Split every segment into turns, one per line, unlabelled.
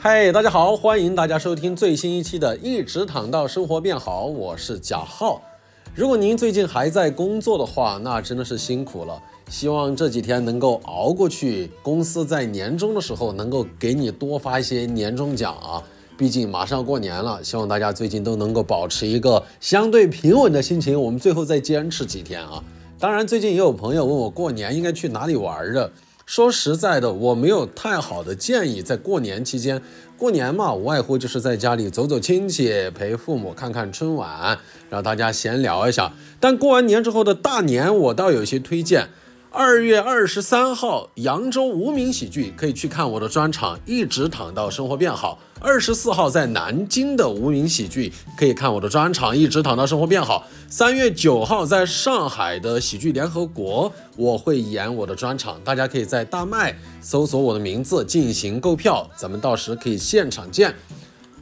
嗨，大家好，欢迎大家收听最新一期的《一直躺到生活变好》，我是贾浩。如果您最近还在工作的话，那真的是辛苦了。希望这几天能够熬过去，公司在年终的时候能够给你多发一些年终奖啊。毕竟马上过年了，希望大家最近都能够保持一个相对平稳的心情，我们最后再坚持几天啊。当然，最近也有朋友问我过年应该去哪里玩儿的。说实在的，我没有太好的建议。在过年期间，过年嘛，无外乎就是在家里走走亲戚，陪父母看看春晚，让大家闲聊一下。但过完年之后的大年，我倒有些推荐。二月二十三号，扬州无名喜剧可以去看我的专场，一直躺到生活变好。二十四号在南京的无名喜剧可以看我的专场，一直躺到生活变好。三月九号在上海的喜剧联合国，我会演我的专场，大家可以在大麦搜索我的名字进行购票，咱们到时可以现场见。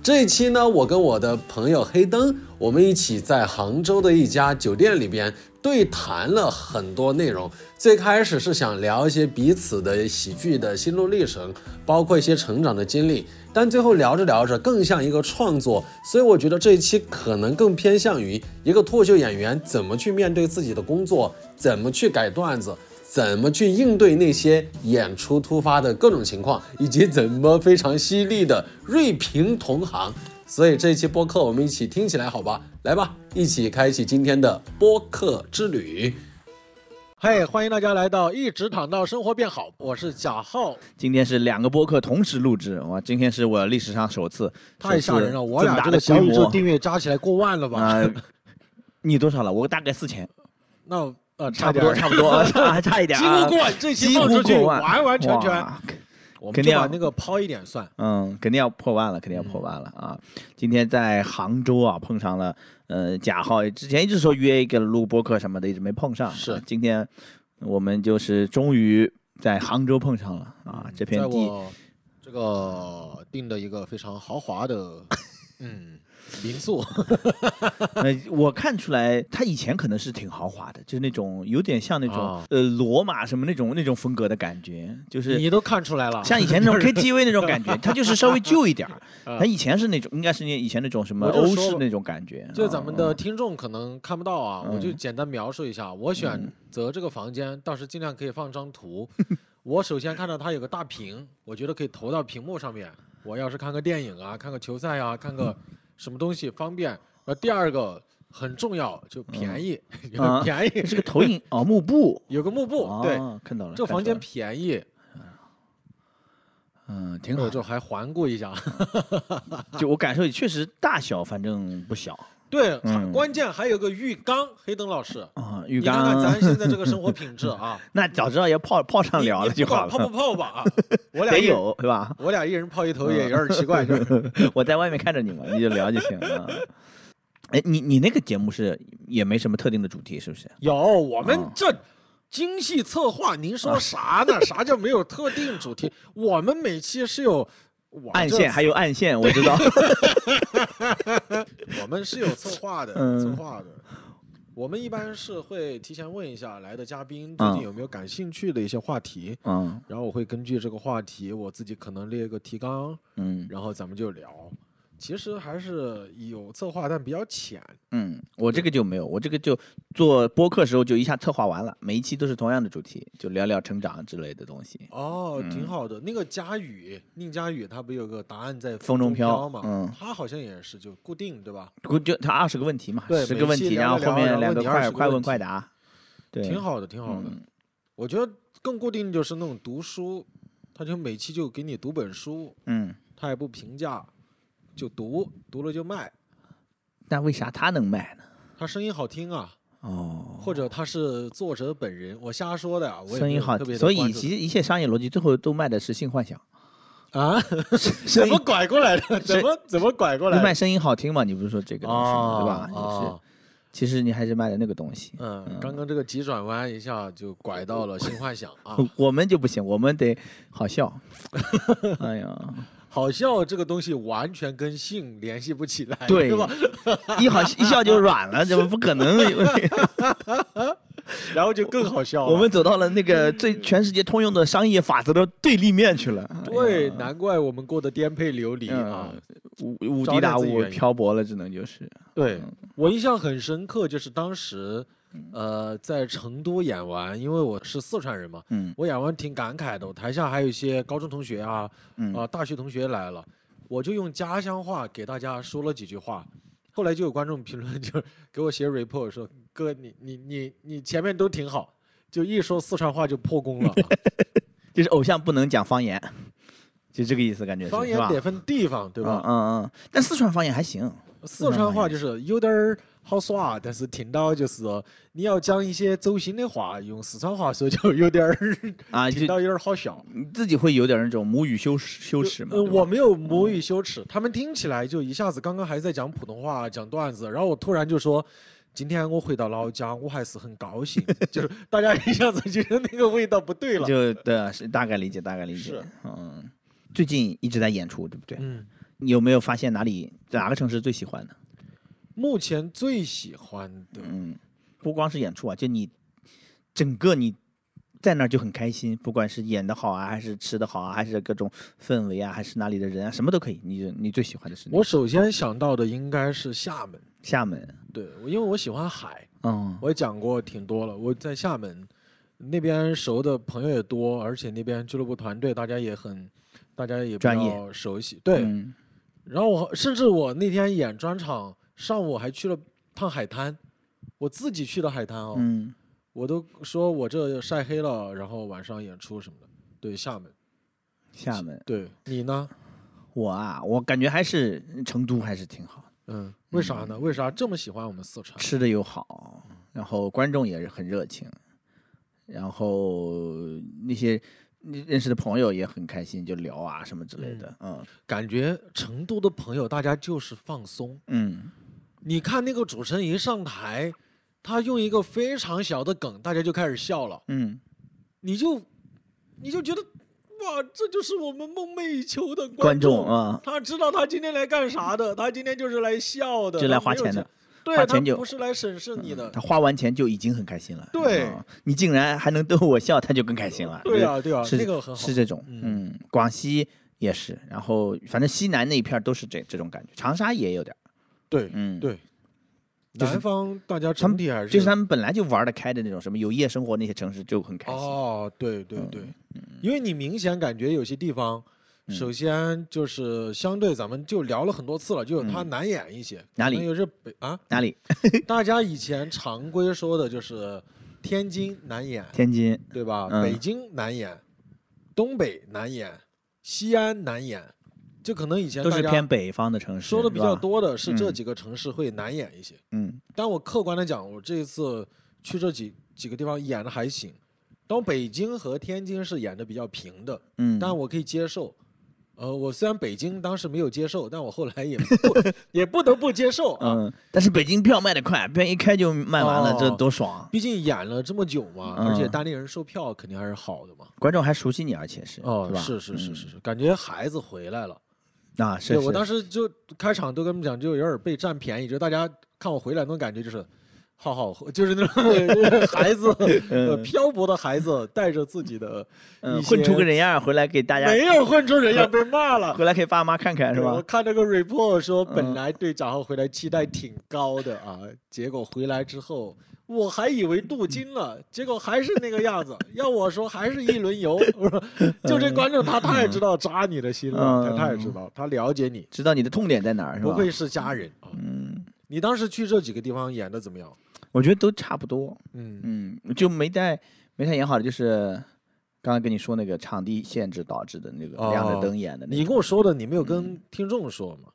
这一期呢，我跟我的朋友黑灯，我们一起在杭州的一家酒店里边对谈了很多内容。最开始是想聊一些彼此的喜剧的心路历程，包括一些成长的经历，但最后聊着聊着更像一个创作，所以我觉得这一期可能更偏向于一个脱口秀演员怎么去面对自己的工作，怎么去改段子。怎么去应对那些演出突发的各种情况，以及怎么非常犀利的锐评同行。所以这一期播客我们一起听起来好吧？来吧，一起开启今天的播客之旅。嘿、欢迎大家来到一直躺到生活变好，我是贾浩。
今天是两个播客同时录制，哇，今天是我历史上首次，
太吓人了，
首次
我俩
这么
这
大
个
的
小
规
宇宙
模
订阅加起来过万了吧？
啊、你多少了？我大概四千，
那呃，差
差不
点
多，
儿，
差不多，差差一点
几
啊，
乎过万，这期
几
放
乎
出去
过万，
完完全全，
哇
我们
肯
就
定
把
要
那个抛一点算。
嗯，肯定要破万了，肯定要破万了啊！今天在杭州啊，碰上了呃贾浩，之前一直说约一个录播客什么的，一直没碰上。
是
啊今天我们就是终于在杭州碰上了啊！这片
嗯在
地
我这个订的一个非常豪华的嗯民宿，
呃，我看出来，他以前可能是挺豪华的，就是那种有点像那种、
啊
呃罗马什么那种那种风格的感觉，就 是
你都看出来了。
像以前那种 KTV 那种感觉，它就是稍微旧一点儿。他以前是那种，应该是那以前那种什么
我就
欧
说
式
吧
那种感觉。
就咱们
啊
的听众可能看不到啊，我就
嗯
简单描述一下。我选择这个房间，到时尽量可以放张 图。我首先看到它有个大屏，我觉得可以投到屏幕上面。我要是看个电影啊，看个球赛啊，看个什么东西方便。那第二个很重要，就便宜， 有个
啊
便宜，
是个投影哦，幕布。
有个幕布，对，
哦，看到了。
这个
看
房
出
间
来了，
便宜，
嗯，挺好
我
的。
就还环顾一下。
就我感受也确实大小，反正不小
对，
嗯
关键还有个浴缸，黑灯老师，
啊。浴
你看看
缸
咱，现在这个生 活品质啊，
那早知道要泡泡上
你
聊
你
了就
不管
好
泡不
了，
泡吧 啊，我俩
得
一人，
有嗯对吧？
我俩一人泡一头也有点奇怪， 就是
我在外面看着你们，你就聊就行了。哎，你你那个节目是也没什么特定的主题，是不是？
有我们
嗯
这。精细策划，您说啥呢？啥叫没有特定主题？我们每期是有我
暗
这
线还有暗线，我知道。
我们是有策划的，
嗯
策划的。我们一般是会提前问一下来的嘉宾最近
嗯
有没有感兴趣的一些话题，
嗯
然后我会根据这个话题，我自己可能列个提纲，
嗯
然后咱们就聊。其实还是有策划，但比较浅。
嗯，我这个就没有，我这个就做播客时候就一下策划完了，每一期都是同样的主题，就聊聊成长之类的东西。
哦，
嗯
挺好的。那个佳宇，宁佳宇，他不有个答案在
风
中
中
飘
飘
嘛？
嗯
他好像也是就固定，对吧？
估计就他二十个问题嘛，
对
十
每
个问
期
题，
聊
然后
一聊然
后面
后
两个
你20
快
个
快
问
问
题
快答。对，
挺好的，挺好的。
嗯
我觉得更固定就是那种读书，他就每期就给你读本书，
嗯，
他也不评价，就读，读了就卖。
但为啥他能卖呢？
他声音好听啊，
哦，
或者他是作者本人，我瞎说的啊，我也
声
没
音
有
好
特，别地
所以
关注
其实一切商业逻辑最后都卖的是性 幻想。
啊， 怎么拐过来的？怎么怎么拐过来
就卖
的？
声音好听嘛，你不是说这个东西嘛，对吧？也
哦
是，其实你还是卖的那个东西。
嗯，刚刚这个急转弯一下就拐到了新幻想啊！
我们就不行，我们得好 笑。哎呀，
好笑这个东西完全跟性联系不起来，
对
哎是吧？
一好一笑就软了，怎么不可能？
然后就更好笑了。
我们走到了那个最全世界通用的商业法则的对立面去了。
对，嗯难怪我们过得颠沛流离啊！
嗯，无无敌大物漂泊了，只能就是
对我印象很深刻，就是当时，
嗯
呃，在成都演完，因为我是四川人嘛，
嗯
我演完挺感慨的。我台下还有一些高中同学啊，
嗯
啊、大学同学来了，我就用家乡话给大家说了几句话。后来就有观众评论，就是给我写 report 说：“哥，你你你你前面都挺好，就一说四川话就破功 了。
就是偶像不能讲方言，就这个意思，感觉是
方言
是吧
得分地方，对吧？
嗯嗯嗯，但四川方言还行。
四川话就是有点儿好耍，但是听到就是你要讲一些走心的话，用四川话说就有点儿
啊，
听
就
到有点儿好笑。
你自己会有点那种母语羞耻羞耻嘛。
呃
对吧嗯
我没有母语羞耻，他们听起来就一下子刚刚还在讲普通话讲段子，然后我突然就说。今天我回到老家，我还是很高兴。 就是大家一下子觉得那个味道不对了。
就对，啊是大概理解，大概理解
是。
嗯，最近一直在演出，对不对？
嗯，
你有没有发现哪里哪个城市最喜欢的？
目前最喜欢的，
嗯，不光是演出啊，就你整个你在那儿就很开心，不管是演的好啊，还是吃的好啊，还是各种氛围啊，还是哪里的人啊，什么都可以。你你最喜欢的是哪
我首先想到的应该是厦门。
厦门？
对，我因为我喜欢海，
嗯
我也讲过挺多了。我在厦门那边熟的朋友也多，而且那边俱乐部团队大家也很，大家也比
专
较
业
熟悉。对，
嗯
然后我甚至我那天演专场，上午还去了趟海滩，我自己去的海滩哦，
嗯，
我都说我这晒黑了，然后晚上演出什么的。对，厦门。
厦门，
对你呢？
我啊，我感觉还是成都还是挺好。
嗯，为啥呢？为啥这么喜欢我们四川？
吃的又好，然后观众也是很热情，然后那些认识的朋友也很开心，就聊啊什么之类的。嗯
感觉成都的朋友大家就是放松。
嗯，
你看那个主持人一上台，他用一个非常小的梗，大家就开始笑了，
嗯，
你就你就觉得哇，这就是我们梦寐以求的
观
众
众啊，
他知道他今天来干啥 的，他今天就是来笑的，
就来
他
花
没有
钱
钱
的，
对啊
花钱就嗯
他不是来审视你的。
他花完钱就已经很开心了。
对
嗯你竟然还能逗我笑，他就更开心了。
对啊，对啊，
嗯是
那个很好
是。这种。
嗯
嗯，广西也是，然后反正西南那一片儿都是这这种感觉，长沙也有点儿。
对
嗯，
对，
就是
南方大家
他
整
们
体还是
就是他们本来就玩得开的那种，什么有夜生活那些城市就很开心。
哦，对对对，
嗯
因为你明显感觉有些地方，首先就是相对咱们就聊了很多次了，就它难演一些。
嗯哪里，
可能有些北啊
哪里？
大家以前常规说的就是天津难演，
天津。
对吧？
嗯
北京难演，东北难演，西安难演，就可能以前
都
大
是
家
偏北方的城市，
说的比
是
较
吧。
多的是这
嗯
几个城市会难演一些。
嗯，
但我客观的讲，我这一次去这几几个地方演的还行，但我北京和天津是演的比较平的，
嗯，
但我可以接受。呃，我虽然北京当时没有接受，但我后来 也不也不得不接受啊，
嗯，但是北京票卖得快，票一开就卖完了，这
哦
多爽！啊
毕竟演了这么久嘛，
嗯
而且单立人售票肯定还是好的嘛。
观众还熟悉你，而且是
哦
是，吧？嗯
是是是是是，感觉孩子回来了。
啊，是
对我当
时
时就开场都跟他们讲，就有点被占便宜，就大家看我回来那种感觉，就是浩浩， 就是那 种孩子、呃漂泊的孩子，带着自己的一
嗯
些
混出个人样儿回来给大家，
没有混出人样，被骂了。
回来给爸妈看 看是
我
吧？
看那个 report 说，
嗯
本来对贾浩回来期待挺高的啊，结果回来之后，我还以为镀金了，结果还是那个样子。 要我说，还是一轮 游。我说 就这观众他太知道扎你的心了，他
嗯
太知道，他了解你，
知道你的痛点在哪儿是吧？
不愧是家人啊。
嗯，
你当时去这几个地方演的怎么样？
我觉得都差不多，
嗯，
嗯，就没太没太演好的，就是刚刚跟你说那个场地限制导致的那个亮着
哦
灯演的那
你
个，
跟我说的，你没有
嗯
跟听众说 嘛？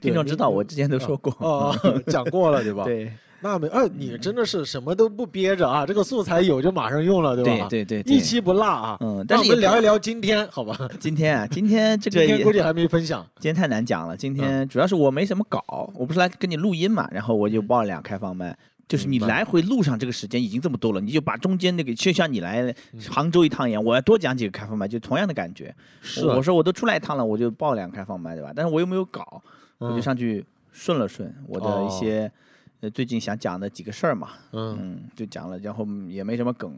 听众
你
知道我之前都说过，
哦，哦讲过了对吧？，
对嗯
那没，哎，你真的是什么都不憋着啊，这个素材有就马上用了，对吧？
对对对，
一期不落啊。
嗯，
那
但
我
是也
们聊一聊今天，好 吧？
今天啊，今天这个
今天
也
估计还没分享。
今天太难讲了。
嗯
今天主要是我没什么稿，我不是来跟你录音嘛，然后我就报了两开放麦。就是你
嗯明白
来回路上这个时间已经这么多了，你就把中间那个，就像你来
嗯
杭州一趟一样，我要多讲几个开放麦，就同样的感觉。
啊
啊我我说我都出来一趟了，我就报两个开放麦，对吧？但是我又没有稿，我就
嗯
上去顺了顺我的
哦
一些、呃最近想讲的几个事儿嘛，
嗯，
嗯，就讲了，然后也没什么梗，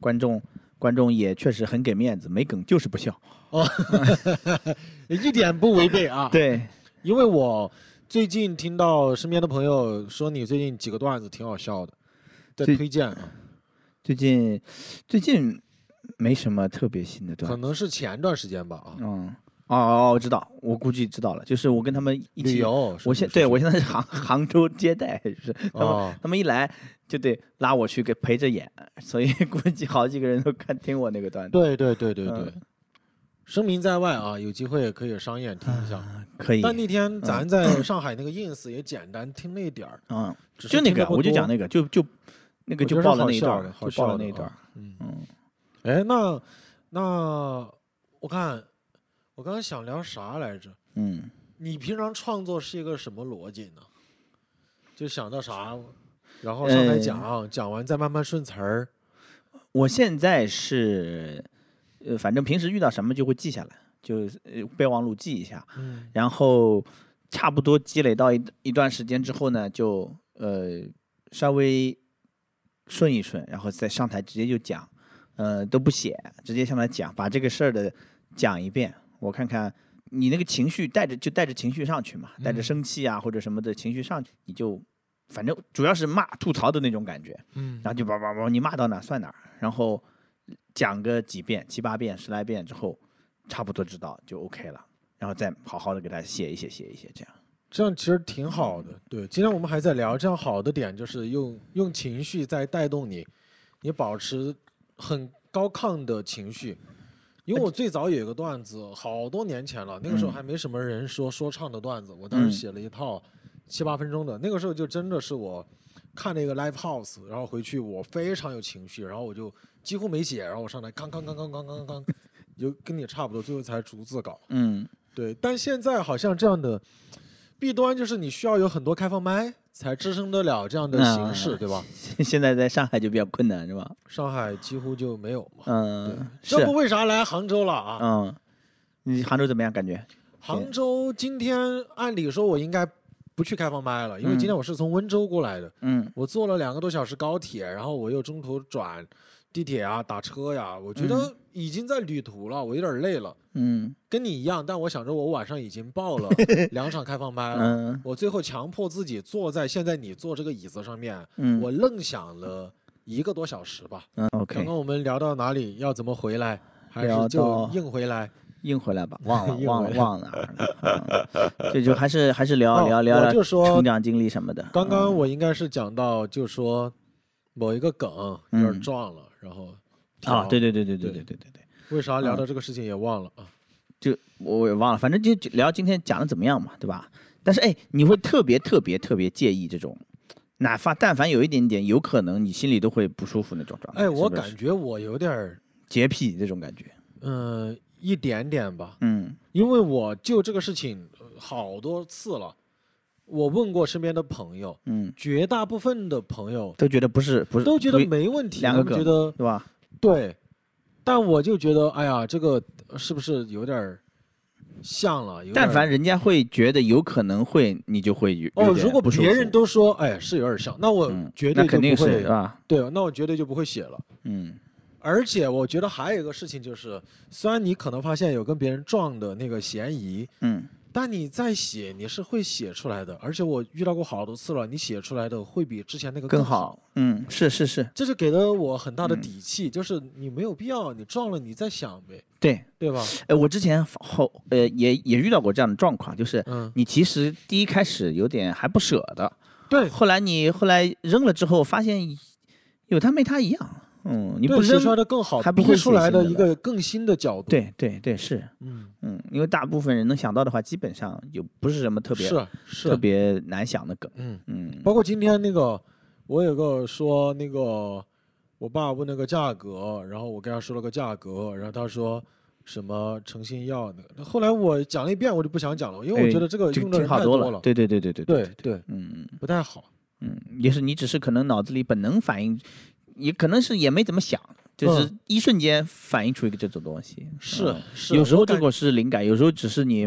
观众观众也确实很给面子，没梗就是不笑。
一点不违背啊。
对，
因为我最近听到身边的朋友说你最近几个段子挺好笑的，在
最
推荐啊，
最近最近没什么特别新的段
可
子，
能是前段时间吧啊，
嗯，哦哦，我知道，我估计知道了，就是我跟他们一
旅
起。
游是
我
不
现
是，
对我现在是杭杭州接待，就是他们、
哦
他们一来就得拉我去给陪着演，所以估计好几个人都看听我那 个段子。
对对对对对
嗯，
声明在外啊，有机会可以商演听一下。
可以，
但那天咱在上海那个 ins 也简单听了一点儿，
嗯，
只是
就那
听得
个，
不
我就
多
讲那个，就就那个
我觉
就
得
报
是
了
好
那一
笑
段儿
的
了，
好
就报
笑
了
的
那一
啊
段儿。
嗯，
嗯，
哎，那那我看我刚才想聊啥来着？
嗯，
你平常创作是一个什么逻辑呢？就想到啥，然后上台
呃
讲，讲完再慢慢顺词儿。
我现在是，呃，反正平时遇到什么就会记下来，就呃备忘录记一下，
嗯
然后差不多积累到一一段时间之后呢，就呃稍微顺一顺，然后再上台直接就讲，呃都不写，直接上来讲，把这个事儿的讲一遍，我看看你那个情绪带着就带着情绪上去嘛，带
嗯
着生气啊或者什么的情绪上去，你就反正主要是骂吐槽的那种感觉，
嗯
然后就叭叭叭，你骂到哪算哪儿，然后讲个几遍、七八遍、十来遍之后，差不多知道就 OK 了，然后再好好的给他写一写、写一写，这样。
这样其实挺好的。对，今天我们还在聊，这样好的点就是用用情绪在带动你，你保持很高亢的情绪。因为我最早有一个段子，好多年前了，那个时候
嗯
还没什么人说说唱的段子，我当时
嗯
写了一套七八分钟的，那个时候就真的是我看了一个 live house，然后回去我非常有情绪，然后我就几乎没写，然后我上来康康康康康康康，就跟你差不多，最后才逐字稿。
嗯，
对，但现在好像这样的弊端就是你需要有很多开放麦才支撑得了这样的形式，
啊
对吧？
现在在上海就比较困难，是吧？
上海几乎就没有嘛。对
嗯，是
这，不为啥来杭州了啊？
嗯，你杭州怎么样？感觉？
杭州今天按理说我应该不去开放麦了，因为今
嗯
天我是从温州过来的，
嗯
我坐了两个多小时高铁，然后我又中途转地铁啊、打车呀、我觉得已经在旅途了，我有点累了。
嗯
跟你一样，但我想着我晚上已经报 了两场开放麦了，
嗯
我最后强迫自己坐在现在你坐这个椅子上面，
嗯，
我愣想了一个多小时吧。
嗯
刚
OK，
刚我们聊到哪里？要怎么回来？还是
聊
就
到
硬回来？
硬回 来吧， 忘了
硬
忘
回
了
来
忘了哪儿 了，嗯就就还是还是聊
哦
聊聊
我就
聊
说
成长经历什么的。
刚刚
嗯
我应该是讲到，就说某一个梗有点撞了，然后
嗯啊，对
对，
对对对对
对
对对对对。
为啥聊到这个事情也忘了啊？
就我也忘了，反正就就聊今天讲的怎么样嘛，对吧？但是哎，你会特别特别特别介意这种，哪怕但凡有一点点，有可能你心里都会不舒服那种状态。
哎，
是不
我
是
感觉我有点儿，
洁癖这种感觉，
嗯、一点点吧，
嗯
因为我就这个事情呃好多次了，我问过身边的朋友，
嗯，
绝大部分的朋友
都觉得不是不是
都觉得
不
没问题，
两
他
个
们觉
梗
得
对吧？
对，但我就觉得，哎呀，这个是不是有点儿像了？有点
但
儿
凡人家会觉得有可能会，你就会有
哦，
有点
如果
不舒
别人
服
都说，哎，是有点儿像，那我
嗯
绝对
那
就
肯
不
定是
会，
是吧？
对，那我绝对就不会写了。
嗯
而且我觉得还有一个事情就是，虽然你可能发现有跟别人撞的那个嫌疑，
嗯
但你再写你是会写出来的。而且我遇到过好多次了，你写出来的会比之前那个
更
好。
好嗯是是是
这就给了我很大的底气，就是你没有必要，你撞了你再想呗，
对。
对吧？
哎，我之前后呃也也遇到过这样的状况，就是
嗯，
你其实第一开始有点还不舍得，
对，
后来你后来扔了之后，发现有它没它一样，嗯，你
对
不
写出来
扔，
的更好，
还不
逼
会
出
写
来
新
的
的
一
了
个更新的角度。，
对对对，是，
嗯，
嗯，因为大部分人能想到的话，基本上有不是什么特别
是是
特，别难想的梗，
嗯，
嗯
包括今天那个，我有个说那个，我爸问那个价格，然后我跟他说了个价格，然后他说。什么诚信要那个？后来我讲了一遍，我就不想讲了，因为我
哎
觉得这个
这
用
个
的人
挺好
太多
了，对对对对对
对对，
嗯
不太好。
嗯，也是你只是可能脑子里本能反应，也可能是也没怎么想，就是一瞬间反映出一个这种东西。
是
嗯
是，
有时
我
候
感
这个是灵感，有时候只是你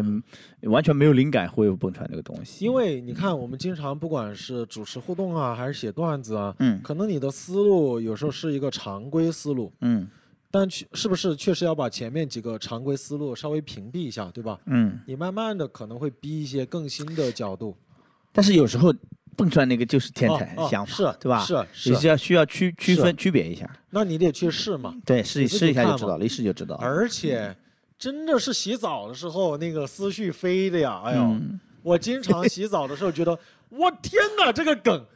完全没有灵感会有蹦出来这个东西。
因为你看，我们经常不管是主持互动啊，还是写段子啊，
嗯
可能你的思路有时候是一个常规思路，
嗯
但确是不是确实要把前面几个常规思路稍微屏蔽一下，对吧？
嗯，
你慢慢的可能会逼一些更新的角度，
但是有时候蹦出来那个就是天才
哦哦
想法，
是
对吧？
是是，
你是要需要区区
是
分区别一下，
那你得去试嘛。
对，试
你
一
自己
试一下
看
就知
嘛
道了，一试就知道了。
而且真的是洗澡的时候，那个思绪飞的呀，哎呦，
嗯
我经常洗澡的时候觉 得，我天哪，这个梗。
嗯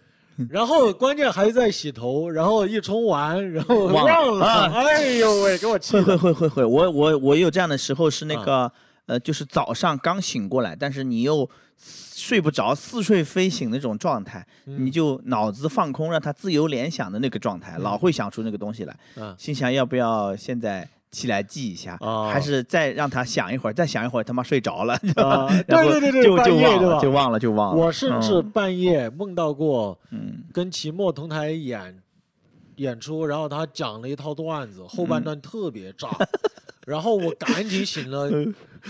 然后关键还在洗头，然后一冲完，然后
忘了
忘了，
啊
哎呦喂，给我气
会会
的！
会会会，我我我有这样的时候是那个、呃，就是早上刚醒过来，但是你又睡不着，似睡非醒那种状态，你就脑子放空，让它自由联想的那个状态，老会想出那个东西来，
嗯
心想要不要现在。起来记一下，
哦
还是再让他想一会儿，再想一会儿，他妈睡着了，
啊
然后
对对对对
就
半
就
夜
忘
对吧
了，就忘了，就忘了。
我甚至半夜梦到过
嗯，
跟齐墨同台演演出，然后他讲了一套段子，后
嗯
半段特别炸， 然后我赶紧醒 了，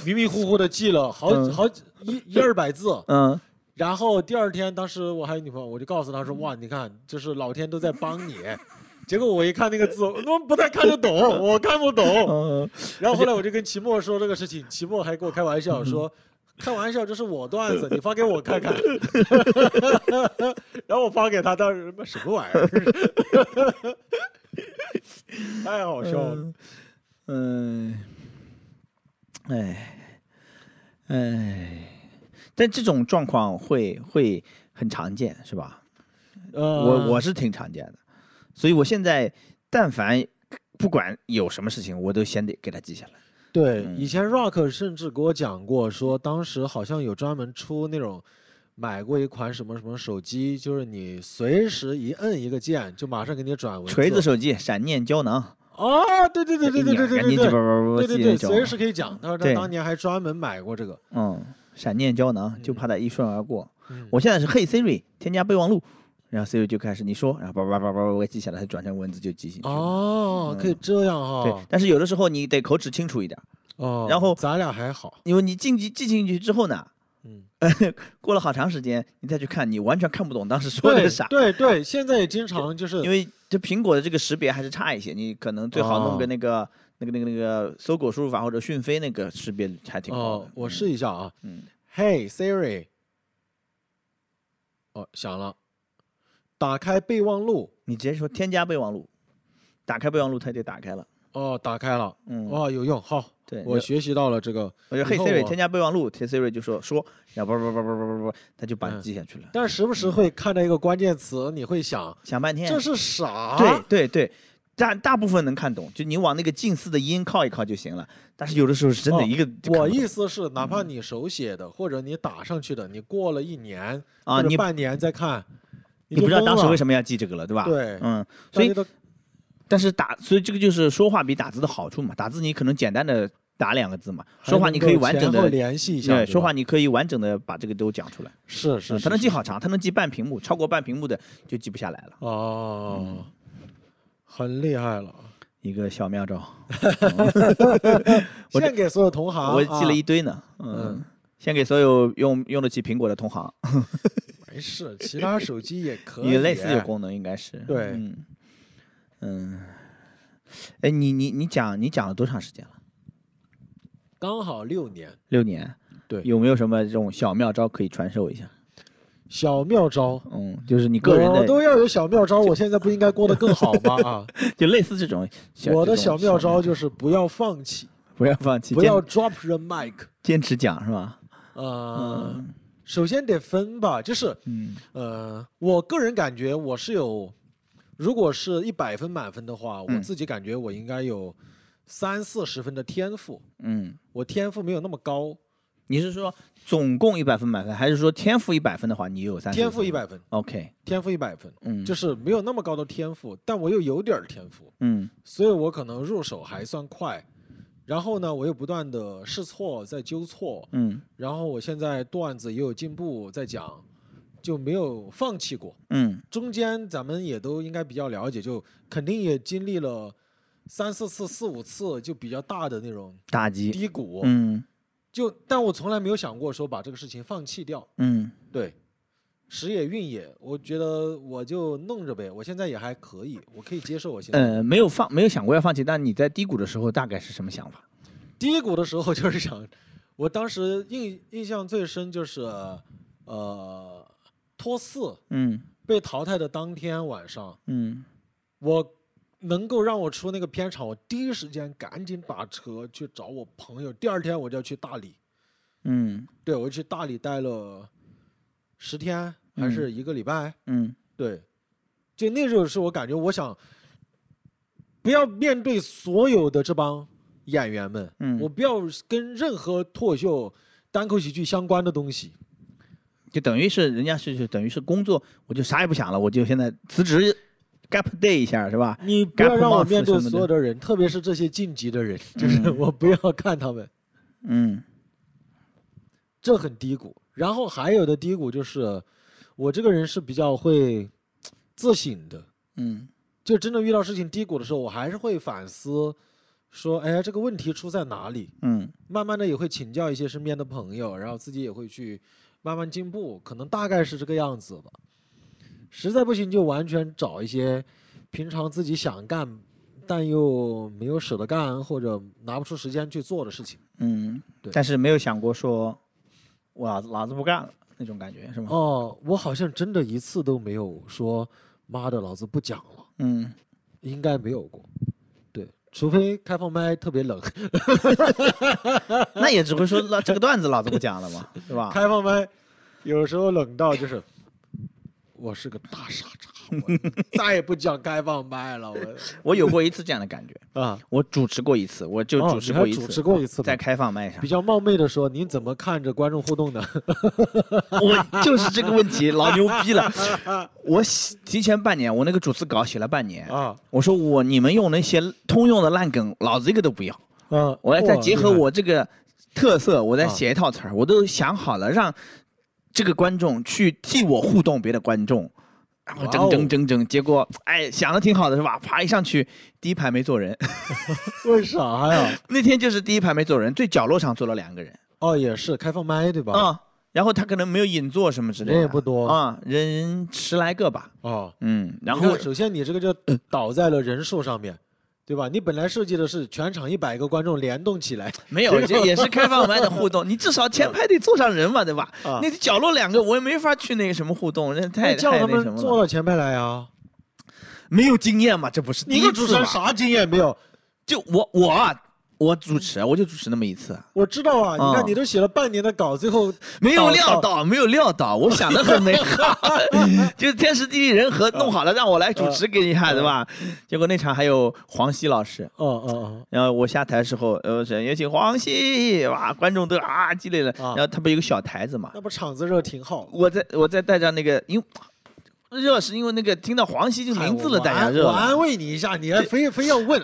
迷迷糊糊的记了好
嗯
好几一一二百字，
嗯
然后第二天，当时我还有女朋友，我就告诉她说：“哇，你看，就是老天都在帮你。”结果我一看那个字，我不太看得懂，我看不懂。
嗯
然后后来我就跟齐墨说这个事情，齐墨还跟我开玩笑说：“开玩笑，这是我段子，你发给我看看。”然后我发给他，当时妈什么玩意儿，太好笑了。
嗯，哎，哎，但这种状况会会很常见，是吧？
呃，
我我是挺常见的，所以我现在但凡不管有什么事情，我都先得给它记下来。
对，
嗯
以前 Rock 甚至给我讲过，说当时好像有专门出那种买过一款什么什么手机，就是你随时一摁一个键，就马上给你转文字。
锤子手机、闪念胶囊，哎
啊，对对对对对对对对
你
对，
对
对对对，随时可以讲。他说他
啊对
当年还专门买过这个。
嗯，闪念胶囊就
嗯
怕它一瞬而过。
嗯
我现在是嘿 Siri 添加备忘录，然后 Siri 就开始你说，然后叭叭叭叭叭我记下来，它转成文字就记进去了。
哦，可以这样
对
哈，。
但是有的时候你得口齿清楚一点，
哦，
然后
咱俩还好，
因为你进去记进去之后呢，
嗯，
过了好长时间，你再去看，你完全看不懂当时 说的
对
是啥，
对对，现在也经常就是
因为这苹果的这个识别还是差一些，你可能最好弄
哦
个那个、那个那个那个搜狗输入法或者讯飞那个识别还挺好的。
哦，我试一下啊。
嗯
Hey Siri，哦，响了，打开备忘录，
你直接说添加备忘录，打开备忘录它就打开了。
哦，打开了，
嗯，
哦，有用，好，
对，嗯
我学习到了这个。
我就嘿
以后
Siri
我
添加备忘录，嘿 Siri 就说说，然后叭叭叭叭叭叭叭，它就把你
嗯
记下去了，
但时不时会看到一个关键词，你会想
想半天。
这是啥？
对对对，大大部分能看懂，就你往那个近似的音靠一靠就行了。但是有的时候是真
哦
的一个
我
就看不懂嗯
意思是，哪怕你手写的，或者你打上去的，你过了一年
啊
或者
你
半年再看，
你不知道当时为
么？
什么要记这个了，对吧？
对
嗯，
大
所
家
以
都
但是打，所以这个就是说话比打字的好处嘛。打字你可能简单的打两个字嘛，说话你可以完整
还能够前后
的
联系一下，
对，
吧
说话你可以完整的把这个都讲出来。
是是，
嗯
是
它能记
是
好长，它能记半屏幕，超过半屏幕的就记不下来了。
哦，很厉害了。
一个小妙招，我这
献给所有同行、啊。
我记了一堆呢。
嗯
嗯，先给所有用用得起苹果的同行，
没事，其他手机也可以。啊
也类似有功能应该是。
对
嗯嗯，哎，你你你讲你讲了多长时间了？
刚好六年。
六年。
对
有没有什么这种小妙招可以传授一下？
小妙招，
嗯，就是你个人的
我都要有小妙招，我现在不应该过得更好吗？啊，
就类似这种 小。
我的
这种
小妙招就是不要放弃，
不要放弃，
不要
坚
drop the mic。
坚持讲是吧？
呃，首先得分吧，就是
嗯
呃，我个人感觉我是有，如果是一百分满分的话，我
嗯
自己感觉我应该有三四十分的天赋，
嗯，
我天赋没有那么高，
你是说总共一百分满分，还是说天赋一百分的话，你有三？
天赋一。百分，
OK，
天赋一百分。
嗯，
就是没有那么高的天赋，但我又有点儿天赋，
嗯
所以我可能入手还算快。然后呢，我又不断的试错，在纠错，
嗯
然后我现在段子也有进步，在讲，就没有放弃过。
嗯
中间咱们也都应该比较了解，就肯定也经历了三四次、四五次就比较大的那种
打击，
低谷，
嗯
就但我从来没有想过说把这个事情放弃掉。
嗯
对，时也运也，我觉得我就弄着呗。我现在也还可以，我可以接受我现在、
呃，没有放，没有想过要放弃。但你在低谷的时候大概是什么想法？
低谷的时候就是想，我当时印印象最深就是，呃，托四
嗯
被淘汰的当天晚上，
嗯
我能够让我出那个片场，我第一时间赶紧打车去找我朋友。第二天我就要去大理，
嗯
对我去大理待了十天还是一个礼拜，
嗯
对，就那时候是我感觉我想不要面对所有的这帮演员们，
嗯
我不要跟任何脱口秀、单口喜剧相关的东西。
就等于是人家是就等于是工作，我就啥也不想了，我就现在辞职，gap day 一下是吧？
你不要
Gap
让我
month
面对
什么的
所有的人，特别是这些晋级的人，就是
嗯
我不要看他们，
嗯
这很低谷。然后还有的低谷就是，我这个人是比较会自省的，
嗯
就真的遇到事情低谷的时候，我还是会反思，说，哎呀，这个问题出在哪里？
嗯
慢慢的也会请教一些身边的朋友，然后自己也会去慢慢进步，可能大概是这个样子吧。实在不行就完全找一些平常自己想干但又没有舍得干或者拿不出时间去做的事情。
嗯
对，
但是没有想过说，我老子老子不干了那种感觉是吗？
哦，我好像真的一次都没有说妈的老子不讲了，
嗯，
应该没有过。对，除非开放麦特别冷，
那也只会说那这个段子老子不讲了 嘛，是吧？
开放麦有时候冷到就是，我是个大傻叉，我再也不讲开放麦了。 我
我有过一次这样的感觉，
啊，
我主持过一次，我就
哦
主持
你还
过一次，
主持过一次吗
在开放麦上
比，较冒昧的说，您怎么看着观众互动 的？
我就是这个问题，老牛逼了。我写提前半年，我那个主持稿写了半年
啊，
我说我你们用那些通用的烂梗，老子一个都不要。
嗯，
我要再
哇
结合
厉害啊
我这个特色，我再写一套词儿，我都想好了，让这个观众去替我互动别的观众，然后
哇哦
争争争争，结果哎想的挺好的是吧？啪一上去，第一排没坐人，
为啥呀？
那天就是第一排没坐人，最角落上坐了两个人
哦，也是开放麦对吧？
啊、然后他可能没有引座什么之类的，
人也不多
啊，人十来个吧，
哦，
嗯，然
你
后
看首先你这个就倒在了人数上面，对吧？你本来设计的是全场一百个观众联动起来，
没有，这也是开放麦的互动，你至少前排得坐上人嘛，对吧？
啊
那角落两个我也没法去那个什么互动，那太
那叫
太
他
那什
们
么
坐到前排来啊！
没有经验嘛，这不是第
你
一
个主持
次
人
嘛？
啥经验没有？
就我我啊我主持，啊我就主持那么一次，
我知道啊，你看
嗯
你都写了半年的稿，最 后
没有
倒
料
倒
到，没有料到，我想的 很美 好，就是天时地利人和弄好了，让我来主持给你
啊
看，对吧？结果那场还有黄西老师。
哦哦哦，
然后我下台的时候，呃，是有请黄西，哇，观众都啊激烈了。
啊
然后他不有个小台子嘛，
那不场子热挺好。
我在我在带着那个，因为热是因为那个听到黄西这个名字了，大家
哎我安
热
我
了。
安慰你一下，你还非非要 问，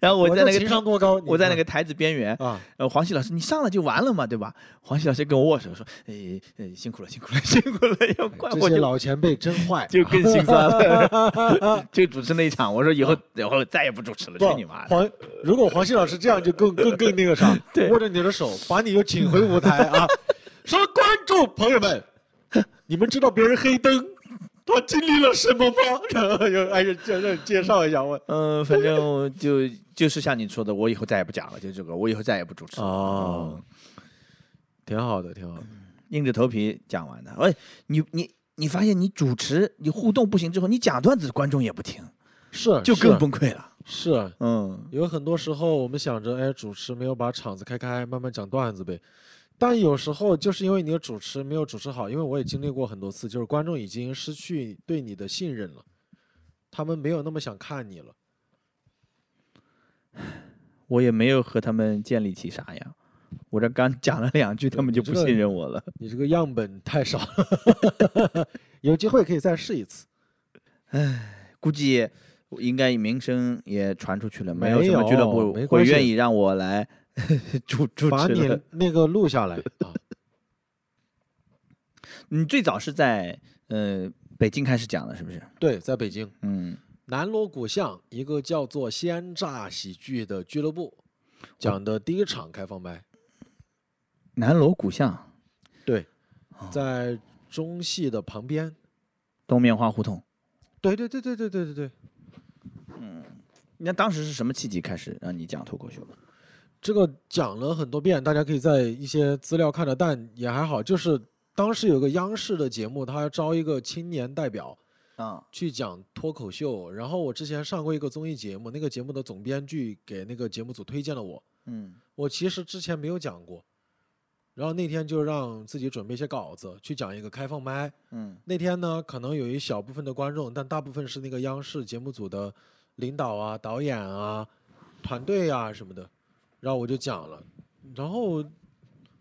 然后我在那
这
个
情
台
商多高？你
我在那个台子边缘，
啊，
呃，黄西老师，你上来就完了嘛，对吧？黄西老师跟我握手说：“哎，哎辛苦了，辛苦了， 辛苦了，要怪
这
我
些
就
老前辈真坏。
就更心酸 了。” 就主持那一场，我说以后以后再也不主持了，去你妈的！
黄，如果黄西老师这样，就更更更那个啥，
对
握着你的手，把你又请回舞台啊，说观众朋友们，你们知道别人黑灯他经历了什么吗？ 然后又哎呀，介绍介绍一下我。
嗯、反正就就是像你说的，我以后再也不讲了，就这个，我以后再也不主持了。
哦，挺好的，挺好的。
硬着头皮讲完的。哎，你你你发现你主持你互动不行之后，你讲段子观众也不听，
是，
呃就是啊更崩溃了。
是
嗯
有很多时候我们想着，哎，主持没有把场子开开，慢慢讲段子呗。但有时候就是因为你的主持没有主持好，因为我也经历过很多次，就是观众已经失去对你的信任了，他们没有那么想看你了。
我也没有和他们建立起啥呀，我这刚讲了两句，他们就不
这个
信任我了。
你这个样本太少了， 有机会可以再试一次。
估计应该名声也传出去了，
没
有什么俱乐
有
部
没
会
关系
愿意让我来 主主
把
持
你
了。
那个录下来啊，
你最早是在呃北京开始讲的，是不是？
对，在北京，
嗯
南锣鼓巷一个叫做“鲜榨喜剧”的俱乐部，讲的第一场开放麦，
南锣鼓巷
对
哦，
在中戏的旁边。
东面花胡同。
对对对对对对对对，
那当时是什么契机开始让你讲脱口秀的？
这个讲了很多遍，大家可以在一些资料看的，但也还好。就是当时有个央视的节目，它要招一个青年代表
啊，
去讲脱口秀，然后我之前上过一个综艺节目，那个节目的总编剧给那个节目组推荐了我，
嗯，
我其实之前没有讲过，然后那天就让自己准备一些稿子，去讲一个开放麦。
嗯，
那天呢，可能有一小部分的观众，但大部分是那个央视节目组的领导啊、导演啊、团队啊什么的。然后我就讲了，然后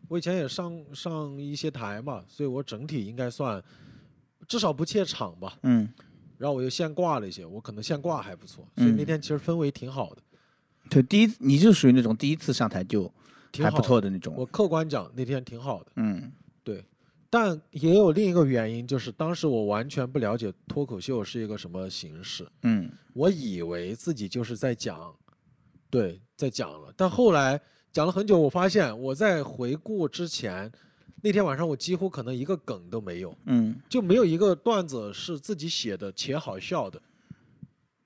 我以前也上上一些台嘛，所以我整体应该算至少不怯场吧。
嗯，
然后我就现挂了一些，我可能现挂还不错，所以那
嗯
天其实氛围挺好的，
对，第一你就属于那种第一次上台就
挺
还
好
不
的
错的那种。
我客观讲，那天挺好的。
嗯
对，但也有另一个原因，就是当时我完全不了解脱口秀是一个什么形式，
嗯
我以为自己就是在讲，对，在讲了。但后来讲了很久，我发现我在回顾之前，那天晚上我几乎可能一个梗都没有，
嗯
就没有一个段子是自己写的且好笑的。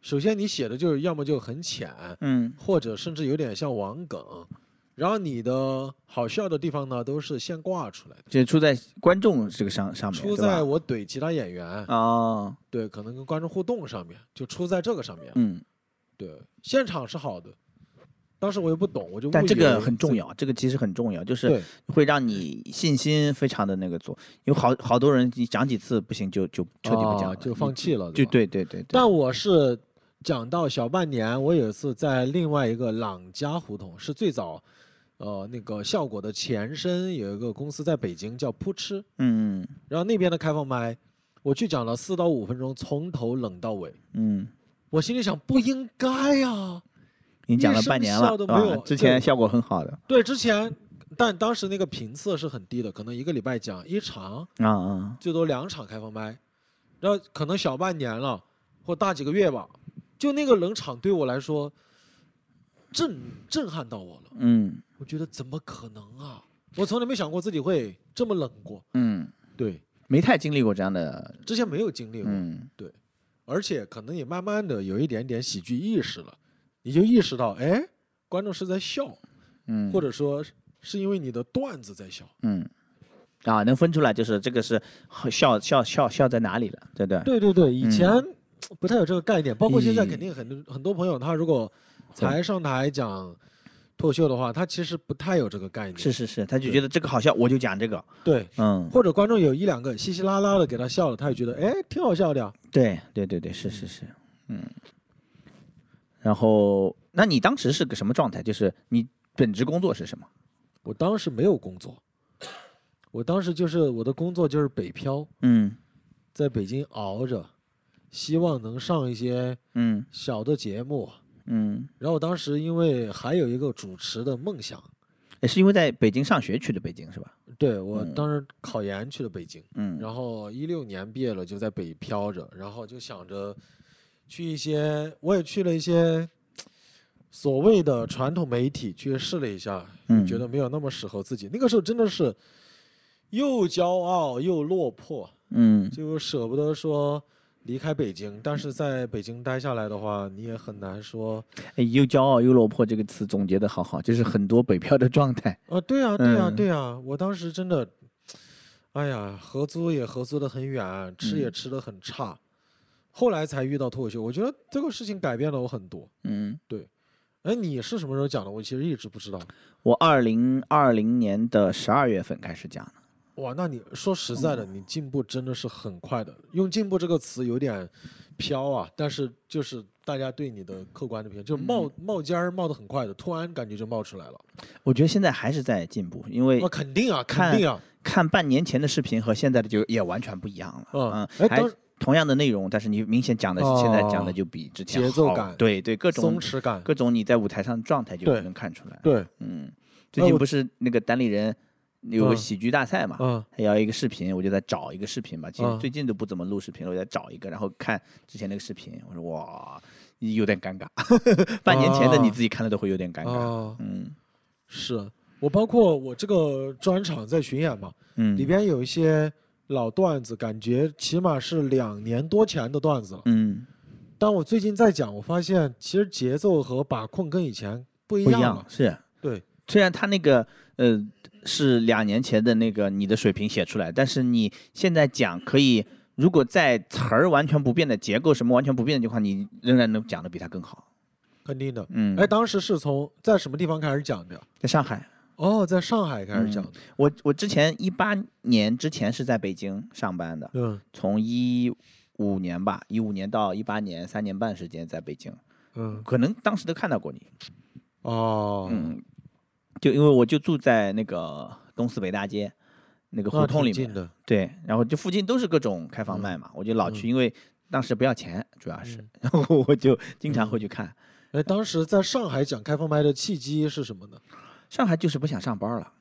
首先，你写的就是要么就很浅，
嗯
或者甚至有点像网梗，然后你的好笑的地方呢，都是现挂出来的。
就出在观众这个上上面，
出
对吧
在我怼其他演员，
哦，
对，可能跟观众互动上面，就出在这个上面。
嗯，
对，现场是好的，当时我又不懂，我就
但
误
这
以
个
为
很重
自
要，这个其实很重要，就是
对
会让你信心非常的那个足，有好好多人你讲几次不行就就彻底不讲
啊
了，
就
你
放弃了，
就
吧。
对对对对，
但我是讲到小半年，我有一次在另外一个朗家胡同，是最早，呃，那个效果的前身有一个公司在北京叫扑哧，
嗯
然后那边的开放麦，我去讲了四到五分钟，从头冷到尾。
嗯，
我心里想，不应该啊呀、
你讲了
一声
半年
笑
了，
都
对
没有
吧？之前
对
效果很好的，
对，之前，但当时那个频次是很低的，可能一个礼拜讲一场，
啊啊，
最多两场开放麦，然后可能小半年了，或大几个月吧。就那个冷场对我来说，震震撼到我了。
嗯
我觉得怎么可能啊？我从来没想过自己会这么冷过。
嗯，
对，
没太经历过这样的，
之前没有经历过，
嗯
而且可能也慢慢的有一点点喜剧意识了，你就意识到，哎，观众是在笑，
嗯，
或者说是因为你的段子在笑。
嗯。啊，能分出来就是这个是笑笑笑笑在哪里了，对不对？
对对对，以
嗯
前不太有这个概念，包括现在
嗯
肯定很多很多朋友，他如果才上台讲脱口秀的话，他其实不太有这个概念。
是是是，他就
对
觉得这个好笑，我就讲这个，
对，
嗯，
或者观众有一两个稀稀拉拉的给他笑了，他也觉得哎挺好笑的呀。
对对对对，是是是，嗯。然后，那你当时是个什么状态？就是你本职工作是什么？
我当时没有工作，我当时就是我的工作就是北漂，
嗯
在北京熬着，希望能上一些
嗯
小的节目。
嗯，
然后我当时因为还有一个主持的梦想，
也是因为在北京上学去的北京是吧？
对我
嗯
当时考研去了北京。
嗯
然后一六年毕业了，就在北漂着，然后就想着去一些，我也去了一些所谓的传统媒体去试了一下，
嗯
觉得没有那么适合自己。那个时候真的是又骄傲又落魄，
嗯
就舍不得说离开北京，但是在北京待下来的话，你也很难说
哎又骄傲又落魄这个词总结的好好，就是很多北漂的状态。
啊，对啊，对啊，
嗯
对啊，我当时真的，哎呀，合租也合租的很远，吃也
嗯
吃的很差，后来才遇到脱口秀，我觉得这个事情改变了我很多。
嗯，
哎，你是什么时候讲的？我其实一直不知道。
我二零二零年的十二月份开始讲的。
哇，那你说实在
嗯
的，你进步真的是很快的。用“进步”这个词有点飘啊，但是就是大家对你的客观的评价，
嗯
就是冒冒尖儿冒的很快的，突然感觉就冒出来了。
我觉得现在还是在进步，因为
那肯定啊，肯
看
定啊，
看半年前的视频和现在的就也完全不一样了。
嗯哎
嗯，还
当
同样的内容，但是你明显讲的现在讲的
哦
就比之前
节奏
好
感
对对，各
松
种
弛感。
各种你在舞台上的状态就
对
能看出来。
对，
嗯，
哎
最近
我
不是那个单立人有
嗯
个喜剧大赛嘛，
嗯
他要一个视频，我就在找一个视频吧。其实
嗯
最近都不怎么录视频了，我在找一个，然后看之前那个视频，我说哇，有点尴尬。 半年前的你
哦
自己看了都会有点尴尬。
啊，
嗯
是啊我包括我这个专场在巡演嘛，
嗯，
里边有一些老段子，感觉起码是两年多前的段子了。
嗯
但我最近在讲，我发现其实节奏和把控跟以前不一
不一
样
样
了。
是。
对，
虽然他那个呃是两年前的那个你的水平写出来，但是你现在讲可以，如果在词儿完全不变的结构什么完全不变的情况，你仍然能讲的比他更好。
肯定的。
嗯，
哎，当时是从在什么地方开始讲的？
在上海，
哦，在上海开始讲的。
我我之前一八年之前是在北京上班的，
嗯
从一五年吧，一五年到一八年三年半时间在北京，
嗯
可能当时都看到过你。
哦，
嗯，就因为我就住在那个东四北大街那个
那
胡同里
挺近，
面
的。
对，然后就附近都是各种开
嗯
房麦嘛，我就老去，因为当时不要钱，主要是，然后我
嗯
就经常会去看。
哎，当时在上海讲开放麦的契机是什么呢？
上海就是不想上班了，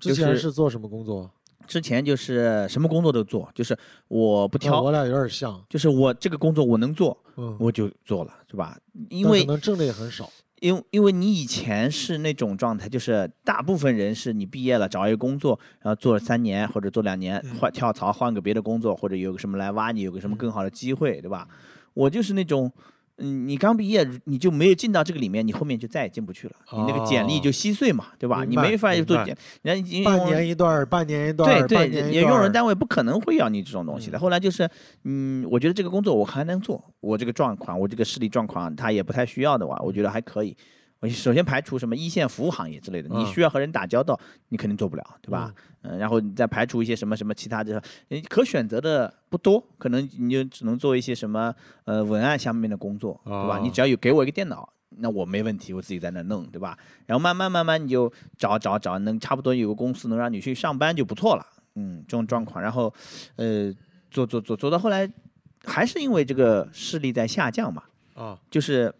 之前
就是
做什么工作？
之前就是什么工作都做，就是我不
不
挑，
呃嗯我俩有点像。
就是我这个工作我能做，
嗯，
我就做了，是吧？因
但
为
可能挣的也很少。
因为因为你以前是那种状态，就是大部分人是你毕业了找一个工作，然后做了三年或者做两年，
嗯
换跳槽换个别的工作，或者有个什么来挖你，有个什么更好的机会，对吧？我就是那种，嗯，你刚毕业你就没有进到这个里面，你后面就再也进不去了，你那个简历
哦
就稀碎嘛，对吧？
明
你
白
没法
明
做
白
简，人家已经
半
用
年一段儿，半年一段
对
儿，
对，
半年
人
一
也
段
用人
儿。
单位不可能会要你这种东西的。
嗯
后来就是，嗯，我觉得这个工作我还能做，我这个状况，我这个视力状况，他也不太需要的话，我觉得还可以。我首先排除什么一线服务行业之类的，你
嗯
需要和人打交道，你肯定做不了，对吧？嗯，然后你再排除一些什么什么其他的，呃可选择的不多，可能你就只能做一些什么呃文案下面的工作，对吧？你
哦
只要有给我一个电脑，那我没问题，我自己在那弄，对吧？然后慢慢慢慢你就找找找，能差不多有个公司能让你去上班就不错了，嗯，这种状况。然后呃，做做做做到后来，还是因为这个视力在下降嘛，
啊，
就是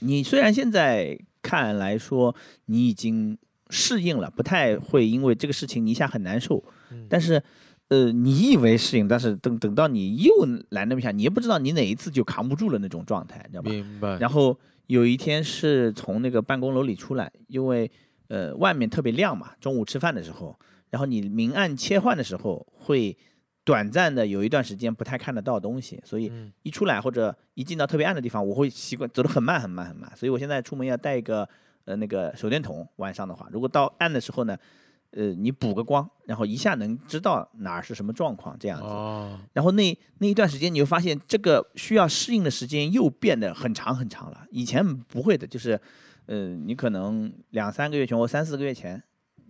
你虽然现在看来说你已经适应了，不太会因为这个事情你一下很难受，
嗯
但是呃，你以为适应，但是等等到你又来那么一下，你也不知道你哪一次就扛不住了那种状态，你知道吧？
明白。
然后有一天是从那个办公楼里出来，因为呃外面特别亮嘛，中午吃饭的时候，然后你明暗切换的时候会短暂的有一段时间不太看得到东西，所以
嗯
一出来或者一进到特别暗的地方，我会习惯走得很慢很慢很慢，所以我现在出门要带一个呃那个手电筒，晚上的话，如果到暗的时候呢。呃，你补个光，然后一下能知道哪儿是什么状况，这样子。
哦，
然后那那一段时间，你会发现这个需要适应的时间又变得很长很长了。以前不会的，就是，呃，你可能两三个月前或三四个月前，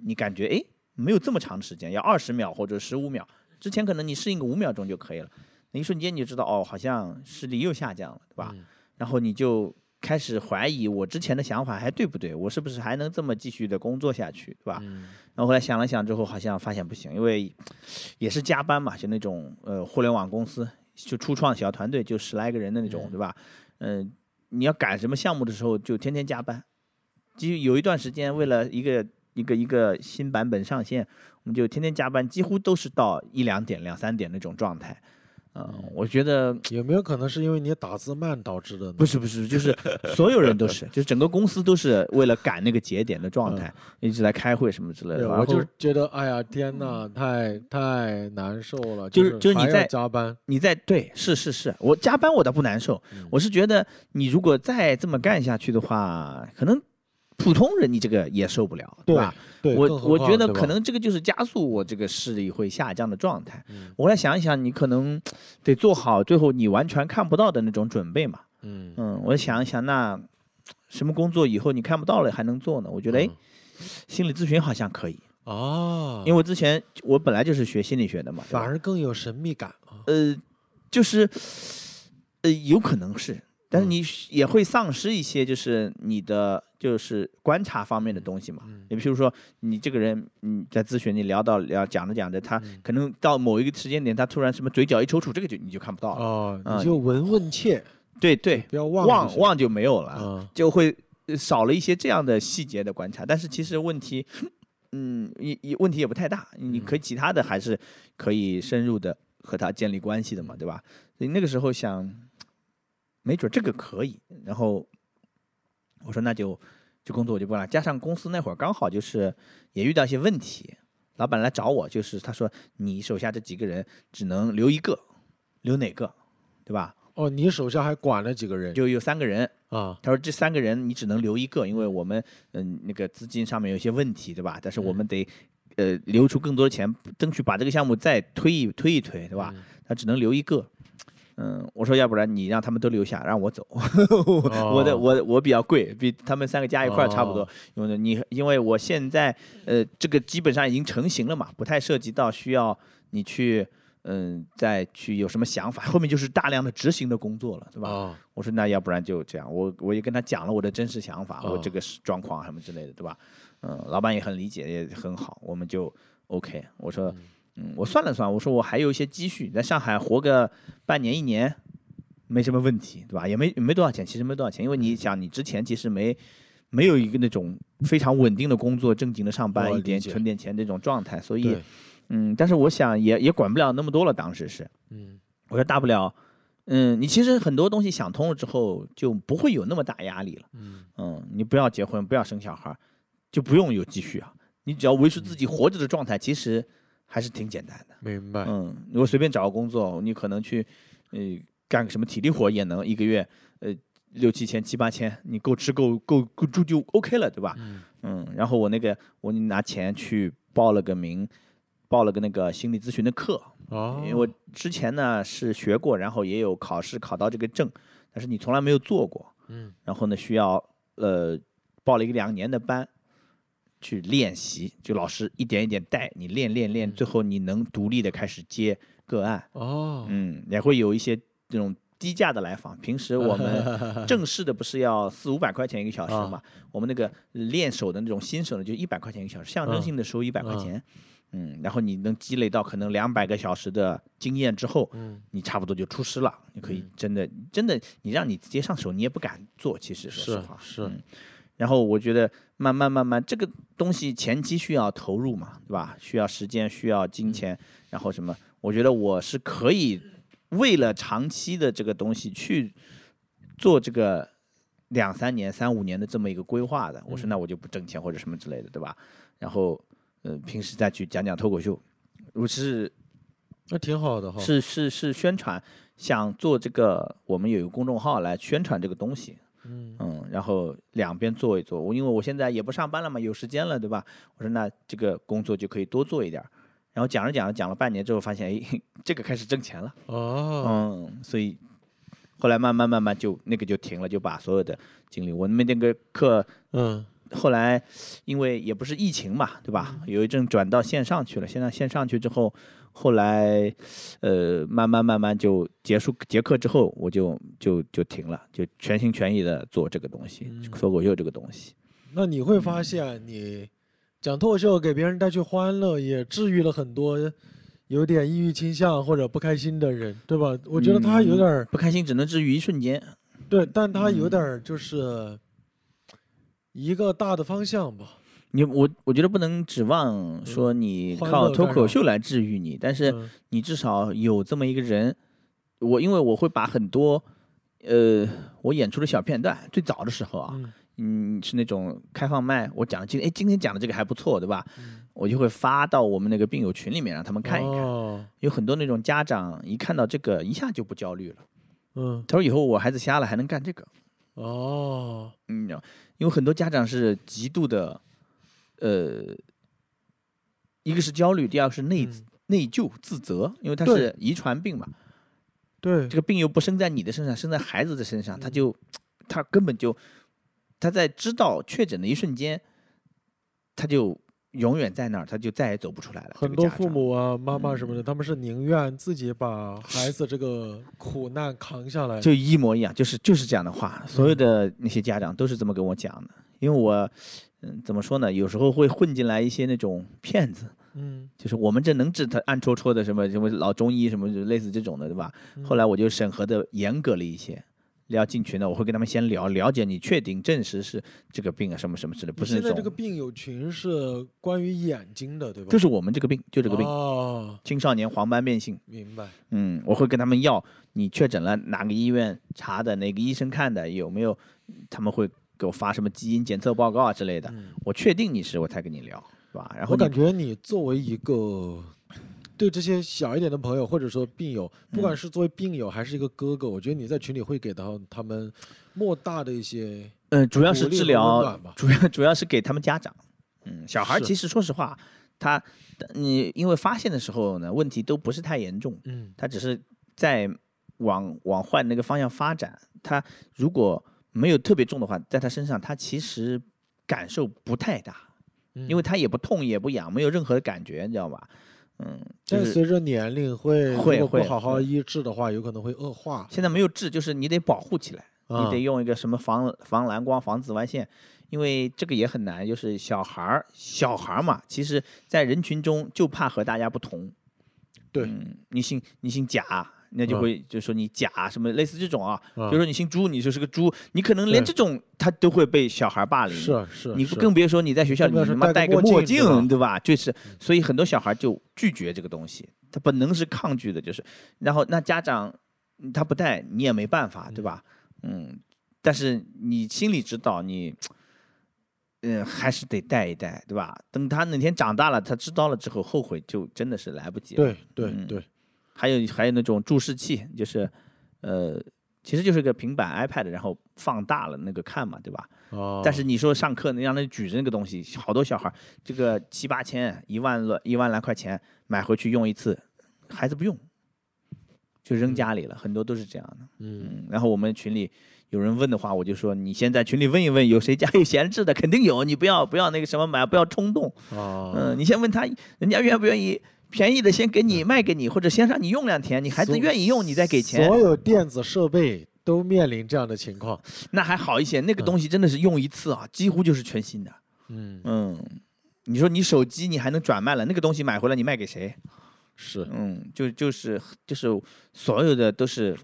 你感觉诶没有这么长的时间，要二十秒或者十五秒。之前可能你适应个五秒钟就可以了，那一瞬间你就知道哦，好像视力又下降了，对吧？
嗯
然后你就开始怀疑我之前的想法还对不对，我是不是还能这么继续的工作下去，对吧？
嗯
然后后来想了想之后，好像发现不行，因为也是加班嘛，就那种呃互联网公司，就初创小团队，就十来个人的那种，对吧？嗯、你要赶什么项目的时候，就天天加班。就有一段时间，为了一个一个一个新版本上线，我们就天天加班，几乎都是到一两点、两三点那种状态。嗯、我觉得
有没有可能是因为你打字慢导致的呢？
不是不是，就是所有人都 是，就是整个公司都是为了赶那个节点的状态，一直在开会什么之类的。
对，
然
我
后
就是觉得，哎呀，天呐，太太难受了，
就是
是
就是你
还要
在
加班，
你在对是是是，我加班我倒不难受，我是觉得你如果再这么干下去的话，可能普通人你这个也受不了，
对
吧？
对，
我
更何
我
况
觉得
对吧
可能这个就是加速我这个视力会下降的状态。
嗯
我来想一想，你可能得做好最后你完全看不到的那种准备嘛。
嗯，
嗯，我想一想，那什么工作以后你看不到了还能做呢？我觉
嗯
得哎，心理咨询好像可以，
啊，
因为我之前我本来就是学心理学的嘛，对吧
反而更有神秘感啊，
呃，就是呃，有可能是，但是
嗯
你是也会丧失一些，就是你的就是观察方面的东西嘛。
嗯
你比如说，你这个人，你在咨询，你聊到聊讲着讲着，他
嗯
可能到某一个时间点，他突然什么嘴角一抽搐，这个就你就看不到了。
哦，
啊
你就闻问切，
对对，
不要忘了
忘忘就没有了。
啊，
就会呃少了一些这样的细节的观察。但是其实问题嗯，也也问题也不太大，你可以其他的还是可以深入的和他建立关系的嘛，对吧？所以那个时候想，没准这个可以，然后我说那就就工作我就不干了，加上公司那会儿刚好就是也遇到一些问题，老板来找我，就是他说你手下这几个人只能留一个，留哪个，对吧？
哦，你手下还管了几个人
就有三个人，
啊？
他说这三个人你只能留一个，因为我们嗯那个资金上面有一些问题，对吧？但是我们得呃留出更多的钱，争取把这个项目再推一推一推，对吧？他只能留一个。嗯，我说要不然你让他们都留下，让我走， 我的我我比较贵，比他们三个加一块儿差不多
哦。
因为你因为我现在呃这个基本上已经成型了嘛，不太涉及到需要你去嗯再去有什么想法，后面就是大量的执行的工作了，对吧？
啊，
我说那要不然就这样，我我也跟他讲了我的真实想法，我
哦
这个是状况啊什么之类的，对吧？嗯，老板也很理解，也很好，我
嗯
们就 OK。我说，嗯，我算了算，我说我还有一些积蓄，在上海活个半年一年，没什么问题，对吧？也没也没多少钱，其实没多少钱，因为
嗯
你想，你之前其实没没有一个那种非常稳定的工作，正经的上班，
我
一点
理解
存点钱这种状态，所以
对，
嗯，但是我想也也管不了那么多了，当时是，
嗯，
我说大不了，嗯，你其实很多东西想通了之后，就不会有那么大压力了。
嗯，
嗯，你不要结婚，不要生小孩儿，就不用有积蓄啊。你只要维持
嗯
自己活着的状态，其实还是挺简单的。
明白。
嗯，如果随便找个工作，你可能去，呃，干个什么体力活也能一个月，呃，六七千、七八千，你够吃够够够住就 OK 了，对吧？
嗯
嗯，然后我那个我拿钱去报了个名，报了个那个心理咨询的课，
哦
因为我之前呢是学过，然后也有考试考到这个证，但是你从来没有做过。
嗯，
然后呢，需要呃报了一个两年的班去练习，就老师一点一点带你练练
嗯
练，最后你能独立的开始接个案。
哦，
嗯，也会有一些这种低价的来访。平时 我们正式的不是要四五百块钱一个小时
啊
嘛？我们那个练手的那种新手的就一百块钱一个小时，象征
啊
性的收一百块钱。嗯，然后你能积累到可能两百个小时的经验之后，
嗯，
你差不多就出师了。你可以真的、真的，你让你直接上手，你也不敢做。其实说实
是
话
是
嗯然后我觉得慢慢慢慢，这个东西前期需要投入嘛，对吧？需要时间，需要金钱，然后什么？我觉得我是可以为了长期的这个东西去做这个两三年、三五年的这么一个规划的。我说那我就不挣钱或者什么之类的，对吧？然后呃，平时再去讲讲脱口秀，我是
那挺好的哈。
是是是宣传，想做这个，我们有一个公众号来宣传这个东西。
嗯
然后两边做一做。我因为我现在也不上班了嘛，有时间了，对吧？我说那这个工作就可以多做一点儿。然后讲着讲着讲了半年之后，发现哎， 这个开始挣钱了。
哦，
嗯，所以后来慢慢慢慢就那个就停了，就把所有的精力，我们那个课
嗯
后来因为也不是疫情嘛，对吧？有一阵转到线上去了，线上线上去之后，后来呃慢慢慢慢就结束结课之后，我就就就停了，就全心全意的做这个东西，脱口秀这个东西。
那你会发现，你讲脱口秀给别人带去欢乐，也治愈了很多有点抑郁倾向或者不开心的人，对吧？我觉得他有点儿
不开心只能治愈一瞬间，
对，但他
嗯
有点儿就是一个大的方向吧。
你我我觉得不能指望说你
欢
靠
乐
脱
干
口
扰
秀来治愈你，但是
嗯
你至少有这么一个人。我因为我会把很多，呃，我演出的小片段，最早的时候啊，
嗯
嗯，是那种开放麦，我讲今哎今天讲的这个还不错，对吧？我就会发到我们那个病友群里面，让他们看一看。
嗯哦
有很多那种家长一看到这个，一下就不焦虑了。
嗯
他说以后我孩子瞎了还能干这个，
哦，
嗯，因为很多家长是极度的，呃，一个是焦虑，第二个是内、
嗯
内疚自责，因为他
对
是遗传病嘛，
对
这，个病又不生在你的身上，生在孩子的身上，他
嗯
就他根本就他在知道确诊的一瞬间，他就永远在那儿，他就再也走不出来了。这
很
个
多
家
父
长
母啊、妈妈什么
嗯
的，他们是宁愿自己把孩子这个苦难扛下来。
就一模一样，就是就是这样的话，所
嗯
有的那些家长都是这么跟我讲的，因为我嗯怎么说呢，有时候会混进来一些那种骗子。
嗯，
就是我们这能治他暗戳
嗯
戳的什么什么老中医什么就类似这种的，对吧？后来我就审核的严格了一些，要进群的，我会跟他们先聊，了解你确定证实是这个病啊什么什么之类，不是
现
那
在
种，
这个病有群是关于眼睛的，对吧？
就是我们这个病，就这个病，
哦，
青少年黄斑变性。
明白。
嗯，我会跟他们要你确诊了哪个医院查的，哪个医生看的，有没有？他们会给我发什么基因检测报告啊之类的。
嗯
我确定你是，我才跟你聊，是吧？然后
我
你
感觉你作为一个对这些小一点的朋友，或者说病友，不
嗯
管是作为病友还是一个哥哥，我觉得你在群里会给到他们莫大的一些
嗯，主要是
鼓励
治
和温
疗
暖吧，
主要主要是给他们家长。嗯，小孩儿
是
其实说实话，他你因为发现的时候呢，问题都不是太严重，
嗯
他只是在往往坏那个方向发展。他如果没有特别重的话，在他身上他其实感受不太大，
嗯
因为他也不痛也不痒，没有任何的感觉，你知道吧？嗯，就
但
是
随着年龄会，
会
如果
会
不好好
会
医治的话，有可能会恶化。
现在没有治，就是你得保护起来，
啊
你得用一个什么防防蓝光、防紫外线，因为这个也很难。就是小孩儿，小孩儿嘛，其实在人群中就怕和大家不同。
对
嗯、你姓你姓贾，那就
嗯
会就说你贾什么类似这种啊，
嗯
比如说你姓朱，你就是个猪，你可能连
对
这种他都会被小孩霸凌。
是啊是，
你
是嗯
更别说你在学校里
更不要说
你他妈
戴
戴
个
个
墨
墨
镜
镜
对，吧
对吧？就是，所以很多小孩就拒绝这个东西，他本能是抗拒的，就是，然后那家长嗯他不戴，你也没办法，对吧？嗯，但是你心里知道你。嗯，还是得戴一戴，对吧？等他哪天长大了，他知道了之后，后悔就真的是来不及了。
对对
嗯
对，
还有还有那种注视器，就是，呃，其实就是个平板 iPad，然后放大了那个看嘛，对吧？
哦，
但是你说上课，你让他举着那个东西，好多小孩儿这个七八千、一万了、一万来块钱买回去用一次，孩子不用，就扔家里了，很多都是这样的。
嗯，
嗯，然后我们群里有人问的话，我就说你先在群里问一问，有谁家有闲置的，肯定有，你不要不要那个什么买，不要冲动。
哦，
嗯，你先问他，人家愿不愿意。便宜的先给你卖给你，或者先让你用两天，你孩子
所
愿意用你再给钱。
所有电子设备都面临这样的情况。
那还好一些，那个东西真的是用一次啊，几乎就是全新的。
嗯，
嗯，你说你手机你还能转卖了，那个东西买回来你卖给谁？
是
嗯，就就是就是所有的都是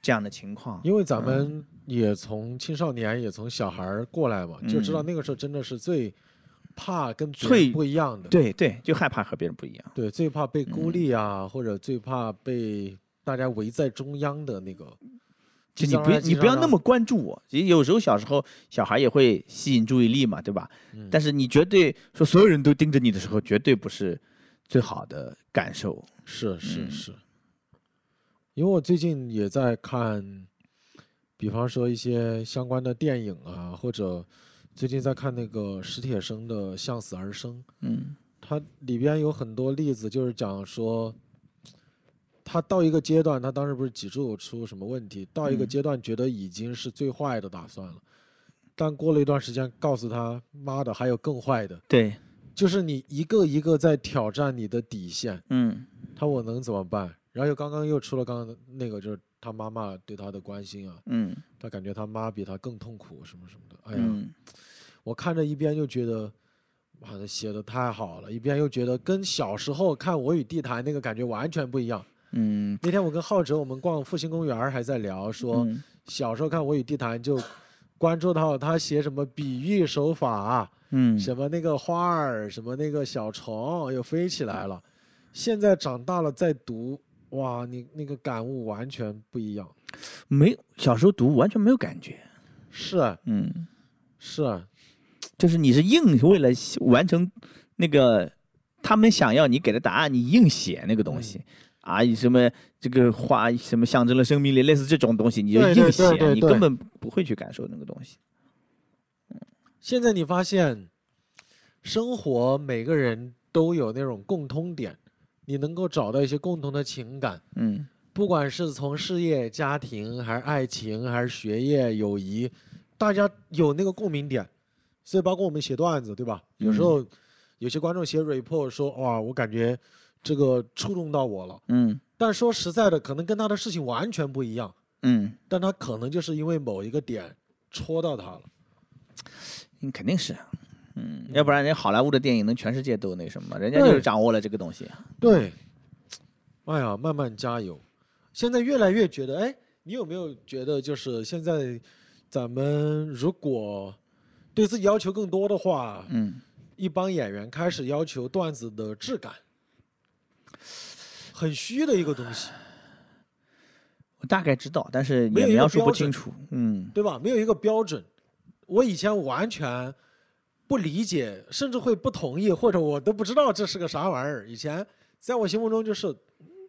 这样的情况。
因为咱们也从青少年，也从小孩儿过来嘛，就知道
嗯
那个时候真的是最怕跟别
最
人不一样的，
对对，就害怕和别人不一样。
对，最怕被孤立啊，或者最怕被大家围在中央的那个。
就你
叽喳
不要
喳
你
叽
不要
喳
那
喳
么关注我，也有时候小时候小孩也会吸引注意力嘛，对吧？
嗯
但是你绝对说所有人都盯着你的时候，绝对不是最好的感受。
是是
嗯
是，因为我最近也在看，比方说一些相关的电影啊，或者最近在看那个史铁生的《向死而生》，
嗯
它里边有很多例子，就是讲说，他到一个阶段，他当时不是脊柱出什么问题，到一个
嗯
阶段觉得已经是最坏的打算了，但过了一段时间，告诉他妈的还有更坏的，
对，
就是你一个一个在挑战你的底线。
嗯
他我能怎么办？然后又刚刚又出了刚刚那个，就是他妈妈对他的关心啊，
嗯
他感觉他妈比他更痛苦什么什么的。哎呀，
嗯，
我看着一边又觉得，妈的写的太好了，一边又觉得跟小时候看《我与地坛》那个感觉完全不一样。
嗯，
那天我跟浩哲我们逛复兴公园儿还在聊说，
嗯
小时候看《我与地坛》就关注到他写什么比喻手法啊、
嗯，
什么那个花儿，什么那个小虫又飞起来了。现在长大了再读，哇，你那个感悟完全不一样。
没小时候读完全没有感觉。
是啊
嗯。
是啊，
就是你是硬为了完成那个他们想要你给的答案，你硬写那个东
嗯
西、啊，以什么这个话什么象征了生命力，类似这种东西，你就
对对
硬写，
对对
你
对
根本不会去感受那个东西。
现在你发现，生活每个人都有那种共通点，你能够找到一些共同的情感，
嗯
不管是从事业、家庭，还是爱情，还是学业、友谊，大家有那个共鸣点，所以包括我们写段子，对吧？有时
嗯
候有些观众写 report 说，哇，我感觉这个触动到我了，
嗯
但说实在的，可能跟他的事情完全不一样，
嗯，
但他可能就是因为某一个点戳到他了。
你肯定是。嗯，要不然人家好莱坞的电影能全世界都那什么，人家就是
对
掌握了这个东西。
对，哎呀，慢慢加油。现在越来越觉得，哎，你有没有觉得，就是现在咱们如果对自己要求更多的话，
嗯，
一帮演员开始要求段子的质感，很虚的一个东西，
我大概知道，但是
没有
也
一个
描述
标
不
准
清楚。嗯，
对吧？没有一个标准。我以前完全不理解，甚至会不同意，或者我都不知道这是个啥玩意儿。以前在我心目中就是，嗯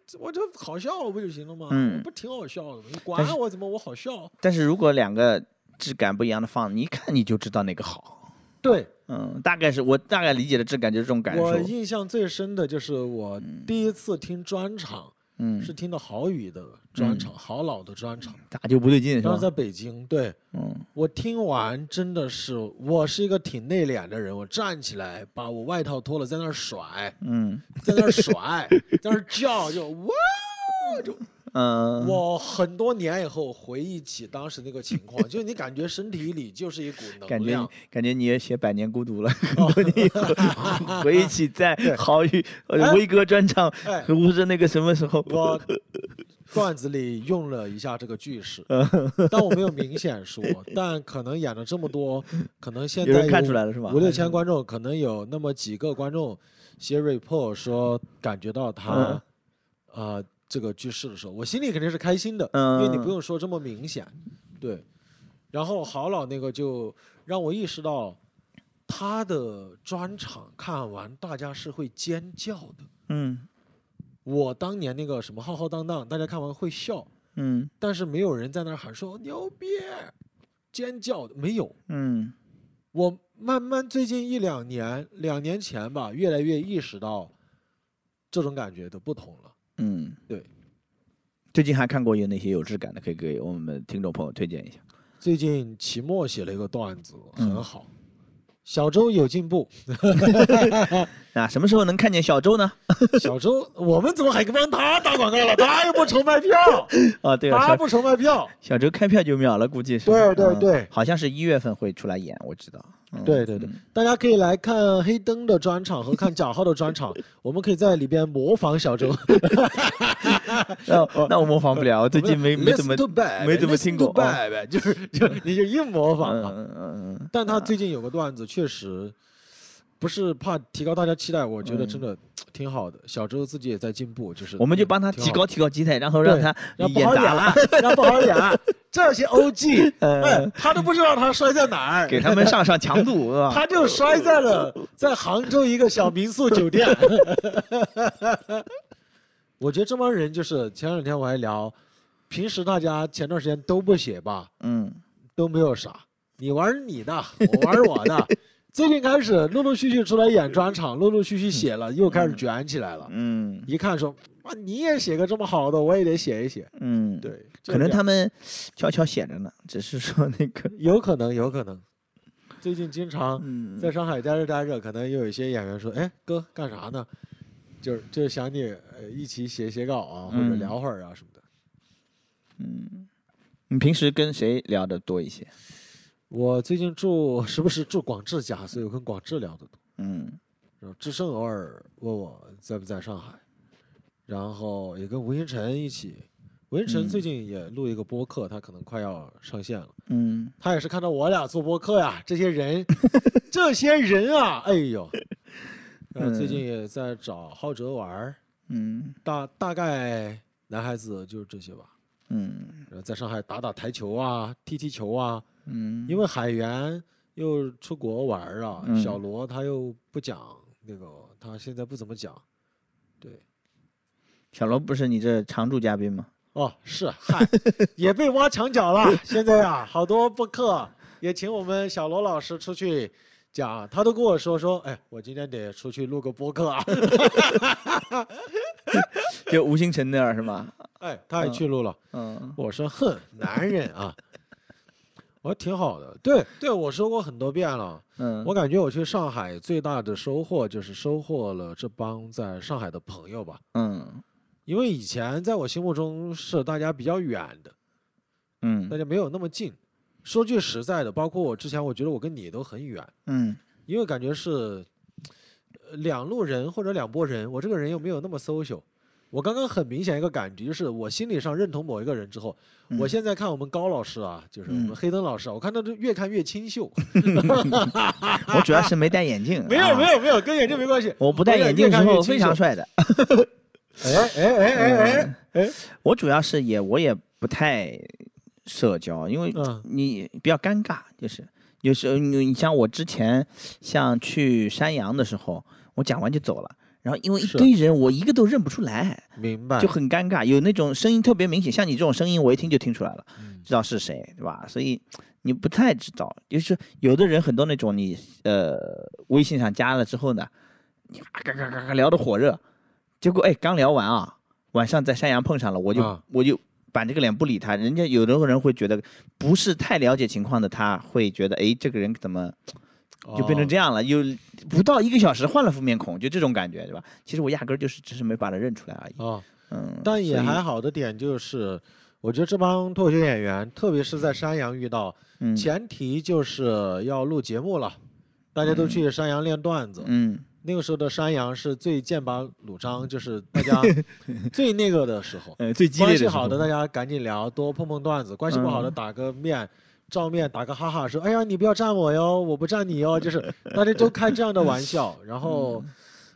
这我这好笑不就行了吗？
嗯
我不挺好笑的吗？你
但是
管我怎么我好笑？
但是如果两个质感不一样的放，你一看你就知道哪个好。
对，
嗯，大概是我大概理解的质感就是这种感
我
受。
印象最深的就是我第一次听专场，
嗯，
是听的郝宇的专场，郝老的专场，
咋就不对劲是
然后
吧？
在北京，对
嗯
我听完真的是，我是一个挺内敛的人，我站起来把我外套脱了，在那儿甩，
嗯
在那儿甩，在那儿叫， 就哇！
嗯，
我很多年以后回忆起当时那个情况，就你感觉身体里就是一股
感
能
觉
量
你，感觉你也写《百年孤独》了，
哦
很多年 以后回忆起在 郝宇呃
哎
威哥专场
哎
和乌镇那个什么时候？
我段子里用了一下这个句式，
嗯
但我没有明显说，但可能演了这么多，可能现在
有人看
有
出来了是吧嗯
五
还
六
是
千观众，可能有那么几个观众写 report 说感觉到他
嗯
啊、呃这个句式的时候，我心里肯定是开心的，因为你不
嗯
用说这么明显，对。然后郝老那个就让我意识到，他的专场看完大家是会尖叫的。
嗯
我当年那个什么浩浩荡荡，大家看完会笑，
嗯
但是没有人在那儿喊说牛逼、尖叫的，没有。
嗯
我慢慢最近一两年，两年前吧，越来越意识到这种感觉的不同了。
嗯，
对。
最近还看过有哪些有质感的，可以给我们听众朋友推荐一下。
最近齐墨写了一个段子，
嗯
很好。小周有进步，
那什么时候能看见小周呢？
小周，我们怎么还帮他打广告了？他又不愁卖票，
啊，对啊，
他
小
不愁卖票。
小周开票就秒了，估计是。
对对
嗯
对
好像是一月份会出来演，我知道。嗯
对对对，大家可以来看黑灯的专场和看贾浩的专场，我们可以在里边模仿小周。
那那我模仿不了， 我最近没没怎么
Listen to Bad，
没怎么
Listen
听过哦
to Bad，就是就你就硬模仿
嗯
嘛。
嗯嗯嗯，
但他最近有个段子，确实不是怕提高大家期待，我觉得真的挺好的。小周自己也在进步，就是
嗯我们就帮他
挺
提
好
高
的，
提高期待，然后让
对
他
让不
演
好
砸
演
了，
了， 让不好演。这些 OG，哎
嗯，
他都不知道他摔在哪儿，
给他们上上强 度，是吧？
他就摔在了在杭州一个小民宿酒店。 我觉得这帮人就是前两天我还聊，平时大家前段时间都不写吧，
嗯
都没有啥，你玩你的，我玩我 的。最近开始陆陆续续出来演专场，陆陆续续写了，又开始卷起来了。
嗯
一看说，啊，你也写个这么好的，我也得写一写。
嗯，，
对，就
可能
这样
他们悄悄写着呢，只是说那个，
有可能，有可能。最近经常
嗯，
在上海待着待着，可能又有一些演员说：“哎，哥干啥呢？”就是就是想你呃一起写写稿啊，或者
嗯
聊会儿啊什么的。
你平时跟谁聊的多一些？
我最近住时不时住广志家，所以我跟广志聊得多。
嗯
然后志胜偶尔问我在不在上海，然后也跟吴星辰一起。吴星辰最近也录一个播客，他可能快要上线了。
嗯，
他也是看到我俩做播客呀，这些 人，这些人啊，哎呦！然后最近也在找浩哲玩儿。
嗯
大大概男孩子就是这些吧，
嗯
然后在上海打打台球啊，踢踢球啊。
嗯，
因为海源又出国玩儿啊，
嗯
小罗他又不讲那个，他现在不怎么讲。对，
小罗不是你这常驻嘉宾吗？
哦，是，嗨，也被挖墙脚了。现在啊，好多播客也请我们小罗老师出去讲，他都跟我说说，哎，我今天得出去录个播客啊。
就吴星辰那儿是吧？
哎，他也去录了。
嗯
我说哼，男人啊，我说挺好的。对对，我说过很多遍了。
嗯，
我感觉我去上海最大的收获就是收获了这帮在上海的朋友吧，
嗯
因为以前在我心目中是大家比较远的，大
嗯
家没有那么近。说句实在的，包括我之前，我觉得我跟你都很远，
嗯
因为感觉是呃两路人或者两拨人，我这个人又没有那么 social，我刚刚很明显一个感觉就是，我心理上认同某一个人之后，我
嗯
现在看我们高老师啊，就是我们
嗯
黑灯老师啊，我看他这越看越清秀。
我主要是没戴眼镜，
没有
啊
没，有没有，跟眼镜没关系。
我不戴眼镜时候非常帅的。嗯
哎哎哎哎哎，
我主要是也我也不太社交，因为
嗯
你比较尴尬，就是有时候你你像我之前像去山羊的时候，我讲完就走了，然后因为一
是
堆人我一个都认不出来，
明白
就。很尴尬，有那种声音特别明显，像你这种声音，我一听就听出来了，
嗯
知道是谁，对吧？所以你不太知道，就是有的人很多那种你呃微信上加了之后呢，你啊嘎嘎嘎嘎聊得火热，结果哎刚聊完啊，晚上在山羊碰上了，我就、
啊
我就板着个脸不理他，人家有的人会觉得不是太了解情况的他会觉得哎这个人怎么
哦
就变成这样了，又不到一个小时换了副面孔，就这种感觉，对吧？其实我压根儿就是只是没把他认出来而已。
啊、
嗯，
但也
所以
还好的点就是，我觉得这帮脱口秀演员，特别是在山羊遇到，
嗯
前提就是要录节目了，大家都去山羊练段子。
嗯
那个时候的山羊是最剑拔弩张，就是大 家最那个的时候。
呃最激烈
关
的
系
时
好
候
的，大家赶紧聊，多碰碰段子；关系不好的，
嗯
打个面。照面打个哈哈说：“哎呀，你不要站我哟，我不站你哟。”就是大家都开这样的玩笑，然后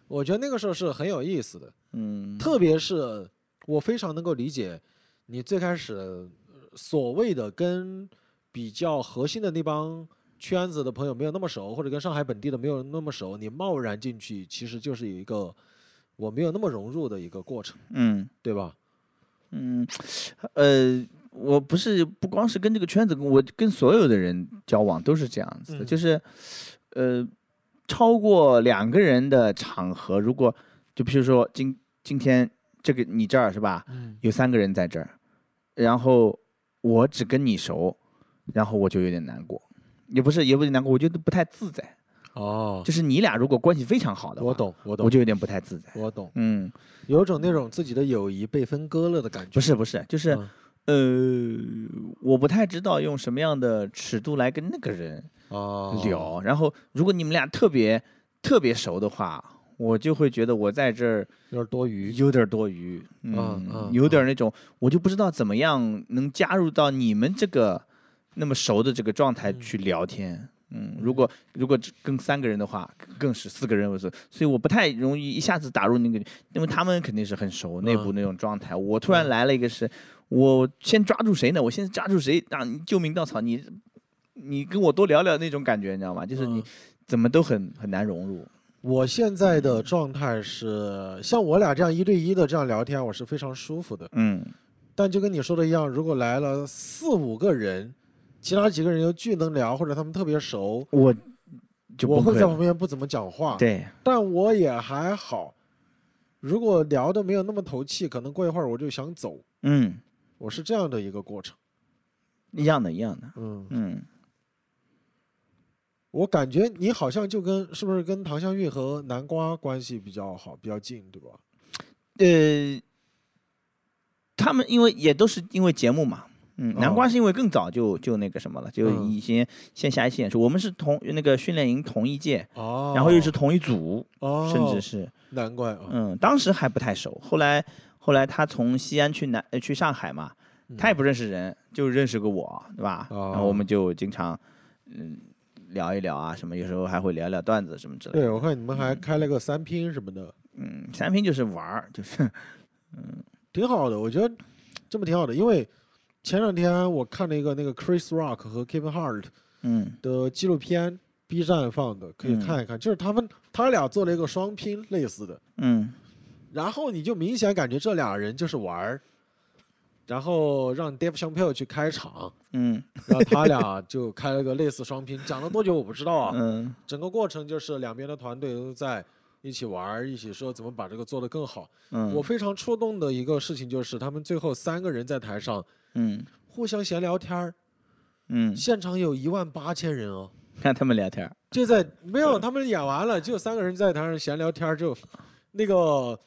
我觉得那个时候是很有意思的。
嗯
特别是我非常能够理解你最开始呃所谓的跟比较核心的那帮圈子的朋友没有那么熟，或者跟上海本地的没有那么熟，你贸然进去其实就是一个我没有那么融入的一个过程，
嗯
对吧？
嗯呃，我不是不光是跟这个圈子，我跟所有的人交往都是这样子的，
嗯
就是呃超过两个人的场合，如果就比如说今今天这个你这儿是吧，
嗯，
有三个人在这儿，然后我只跟你熟，然后我就有点难过。也不是，也不是难过，我觉得不太自在。
哦，
就是你俩如果关系非常好的话，
我，懂，我
我
懂，
就有点不太自在。
我懂，
嗯，
有种那种自己的友谊被分割了的感觉。
不是不是，就是、
嗯
呃，我不太知道用什么样的尺度来跟那个人
哦，
聊。然后，如果你们俩特别特别熟的话，我就会觉得我在这儿
有点多余。
有点儿多余，嗯，
嗯
有点儿那种，我就不知道怎么样能加入到你们这个那么熟的这个状态
嗯
去聊天。嗯，如果如果只跟三个人的话，更是四个人，我是，所以我不太容易一下子打入那个，因为他们肯定是很熟内部那种状态。我突然来了一个是，我先抓住谁呢？我先抓住谁啊？你救命稻草，你你跟我多聊聊那种感觉，你知道吗？就是你
嗯
怎么都很很难融入。
我现在的状态是，像我俩这样一对一的这样聊天，我是非常舒服的。
嗯
但就跟你说的一样，如果来了四五个人，其他几个人又巨能聊，或者他们特别熟，
我就
我
崩
会
溃
在
了
旁边不怎么讲话。
对，
但我也还好。如果聊的没有那么投契，可能过一会儿我就想走，
嗯。
我是这样的一个过程。
一样的，一样的。
嗯，
嗯，
我感觉你好像就跟是不是跟唐香玉和南瓜关系比较好，比较近，对吧？
呃，他们因为也都是因为节目嘛，嗯，南瓜
哦
是因为更早就就那个什么了，就
嗯
一些线下一些演出，我们是同那个训练营同一届，
哦
然后又是同一组，
哦，
甚至是
难怪啊，
嗯，当时还不太熟，后来后来他从西安去南呃去上海嘛，他也不认识人，就认识个我，对吧？然后
嗯
我
哦
们就经常嗯聊一聊啊，什么有时候还会聊聊段子什么之类的。
对，我看你们还开了个三拼什么的，
嗯，三拼就是玩儿，就是
挺好的，我觉得这么挺好的。因为前两天我看了一个那个 Chris Rock 和 Kevin Hart
嗯
的纪录片，B 站放的，可以
嗯
看一看。就是他们他俩做了一个双拼类似的，
嗯。
然后你就明显感觉这俩人就是玩儿，然后让 Dave Chappelle 去开场，
嗯
然后他俩就开了个类似双拼，讲了多久我不知道啊。
嗯
整个过程就是两边的团队都在一起玩儿，一起说怎么把这个做得更好。
嗯，
我非常触动的一个事情就是，他们最后三个人在台上
嗯
互相闲聊天儿，
嗯，
现场有一万八千人哦，
看他们聊天儿，
就在没有他们演完了，就三个人在台上闲聊天儿，就那个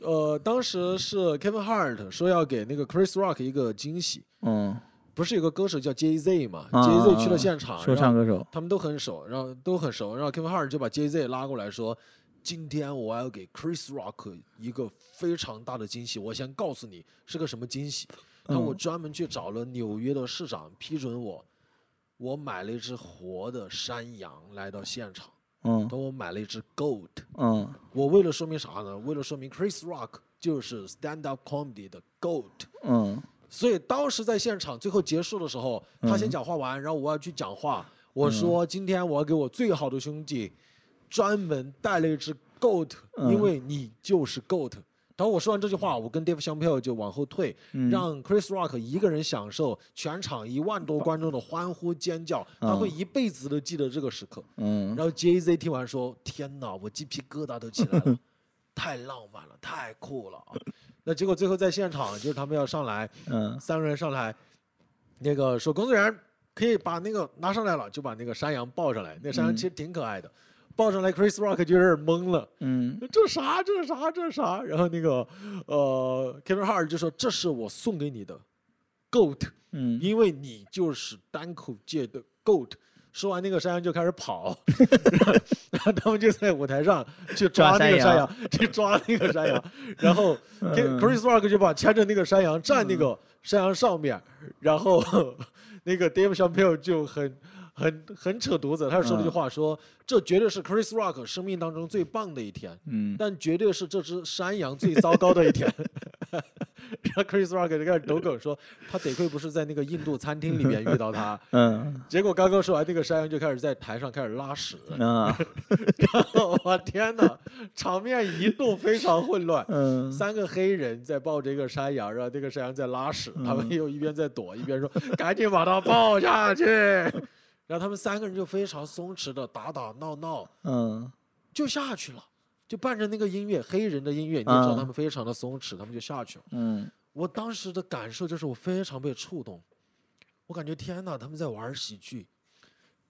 呃，当时是 Kevin Hart 说要给那个 Chris Rock 一个惊喜，
嗯，
不是有个歌手叫 Jay Z 嘛、
啊
j a y
啊
Z 去了
啊
现场，
说
然后
唱歌手，
他们都很熟，然后都很熟，然后 Kevin Hart 就把 Jay Z 拉过来说，今天我要给 Chris Rock 一个非常大的惊喜，我先告诉你是个什么惊喜。但我
嗯
专门去找了纽约的市长批准我，我买了一只活的山羊来到现场，
嗯
但我买了一只 goat。
嗯
我为了说明啥呢？为了说明 Chris Rock 就是 stand up comedy 的 goat。
嗯
所以当时在现场最后结束的时候，他先讲话完，然后我要去讲
嗯
话。我说今天我要给我最好的兄弟，专门带了一只 goat，、
嗯
因为你就是 goat。当我说完这句话，我跟 Dave Chappelle 就往后退，
嗯
让 Chris Rock 一个人享受全场一万
嗯
多观众的欢呼尖叫，他会一辈子都记得这个时刻。
嗯
然后 Jay Z 听完说：“天哪，我鸡皮疙瘩都起来 了，太浪漫了，太酷了啊！”那结果最后在现场，就是他们要上来，
嗯
三个人上来，那个说工作人员可以把那个拿上来了，就把那个山羊抱上来。那山羊其实挺可爱的，抱上来，Chris Rock 就有点懵了，
嗯
这啥？这啥？这啥？然后那个呃，Kevin Hart 就说：“这是我送给你的 goat，
嗯
因为你就是单口界的 goat。”说完，那个山羊就开始跑，然后他们就在舞台上去抓
抓
那个
山
山羊，去抓那个山羊，然后 K- Chris Rock 就把牵着那个山羊站那个山羊上面，然后 那个 Dave Chappelle 就很很很扯犊子，他说了句话说：“这绝对是 Chris Rock 生命当中最棒的一天，
嗯
但绝对是这只山羊最糟糕的一天。” 然后 Chris Rock 就开始抖梗说：“他得亏不是在那个印度餐厅里面遇到他，
嗯
结果刚刚说完，那个山羊就开始在台上开始拉屎。”
啊
我天哪，场面一度非常混乱。
嗯
三个黑人在抱着一个山羊，然后那个山羊在拉屎，他们又一边在躲，一边说：“赶紧把它抱下去。”然后他们三个人就非常松弛的打打闹闹
嗯
就下去了，就伴着那个音乐，黑人的音乐，你也知道
嗯
他们非常的松弛，他们就下去了。
嗯
我当时的感受就是我非常被触动，我感觉天哪，他们在玩喜剧，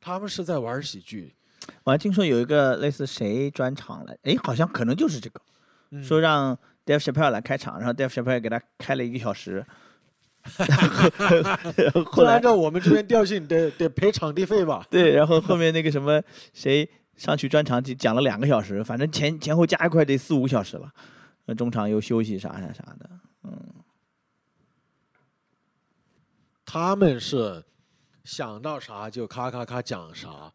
他们是在玩喜剧，
我还听说有一个类似谁专场来，哎，好像可能就是这个，说让 Dave Chappelle 来开场，然后 Dave Chappelle 给他开了一个小时，然后后
就按
来
照我们这边调性，得得赔场地费 吧？
对，然后后面那个什么谁上去专场就讲了两个小时，反正前前后加一块得四五个小时了，呃中场又休息啥啥啥的，
他们是想到啥就咔咔咔讲啥，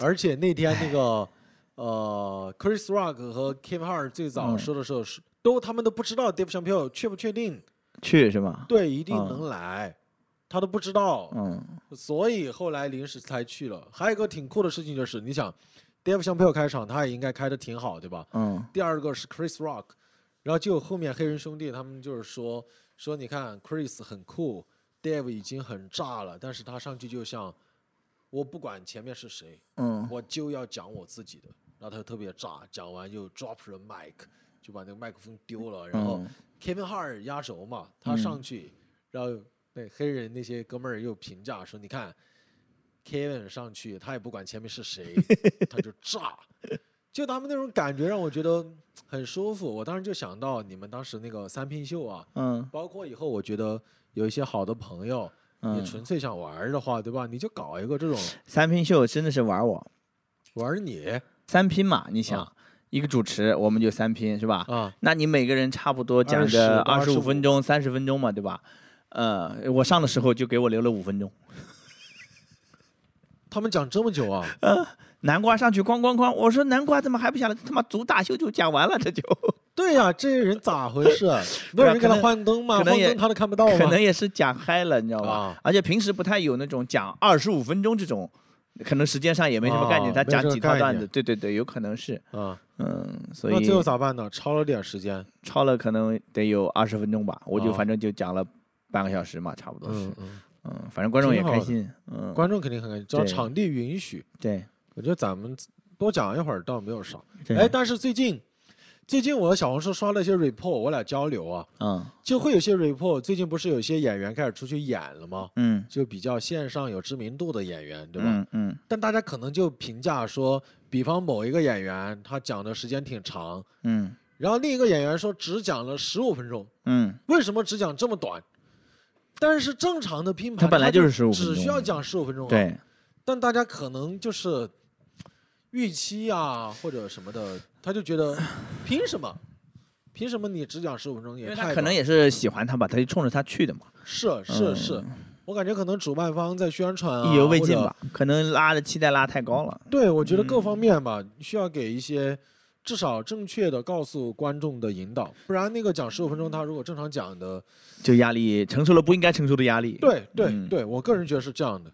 而且那天那个呃，Chris Rock 和 Kevin Hart 最
嗯
早说的时候是、都他们都不知道 Dave Chappelle 确不确定，
去是吧？
对，一定
嗯
能来，他都不知道，
嗯
所以后来临时才去了。还有一个挺酷的事情就是，你想 Dave Chappelle 开场，他也应该开的挺好，对吧？
嗯
第二个是 Chris Rock，然后就有后面黑人兄弟他们就是说说你看 Chris 很酷，Dave 已经很炸了，但是他上去就像我不管前面是谁，
嗯
我就要讲我自己的，然后他特别炸，讲完就 drop the mic，就把那个麦克风丢了，然后
嗯
Kevin Hart 压轴嘛，他上去，然后那黑人那些哥们儿又评价说，你看 Kevin 上去，他也不管前面是 谁，他就炸，就他们那种感觉让我觉得很舒服。我当时就想到你们当时那个三拼秀啊，
嗯
包括以后我觉得有一些好的朋友，你
嗯，
纯粹想玩儿的话，对吧？你就搞一个 这种
三拼秀真的是玩我，
玩儿你
三拼嘛，你想、
啊
一个主持我们就三拼是吧？
啊，
那你每个人差不多讲
20
个
到
二十
25
五分钟、三十分钟嘛，对吧？呃，我上的时候就给我留了五分钟。
他们讲这么久啊，
南瓜上去咣咣咣，我说南瓜怎么还不下来？他妈主打秀就讲完了，这就
对呀、这些人咋回 事啊？没有人给他换灯吗？
可
换
能也
灯他都看不到吗？
可能也是讲嗨了，你知道吧？
啊
而且平时不太有那种讲二十五分钟这种，可能时间上也没什么概念，
哦
他
没这
讲
个
几套
概
段
念
子，对对对，有可能是，
啊，
嗯，所
那
以
最后咋办呢？超了点时间，
超了可能得有二十分钟吧，我就
哦
反正就讲了半个小时嘛，差不多是，
嗯嗯，
嗯，反正观众
挺
也
好
开
的
心，嗯，
观众肯定很开心，只要
对
场地允许，
对，
我觉得咱们多讲一会儿倒没有啥。
对
哎，，但是最近最近我的小红书刷了一些 report，我俩交流啊，
嗯
就会有些 report，最近不是有些演员开始出去演了吗？
嗯，
就比较线上有知名度的演员，对吧？
嗯嗯
但大家可能就评价说，比方某一个演员他讲的时间挺长，
嗯
然后另一个演员说只讲了十五分钟，
嗯
为什么只讲这么短？但是正常的拼盘，
它本来就是15分
只需要
钟
讲十五分钟、啊。
嗯，。对，
但大家可能就是预期啊或者什么的，他就觉得凭什 么？凭什么你只讲十五分钟
因
也
为
太
他
短？
可能也是喜欢他吧，他就冲着他去的嘛，
是是是，我感觉可能主办方在宣传啊，
嗯意犹未
或
尽
者
吧，可能拉的期待拉太高了。
对，我觉得各
嗯
方面吧，需要给一些至少正确的告诉观众的引导，不然那个讲十五分钟，他如果正常讲的，
就压力承受了不应该承受的压力。
对对
嗯
对，我个人觉得是这样的。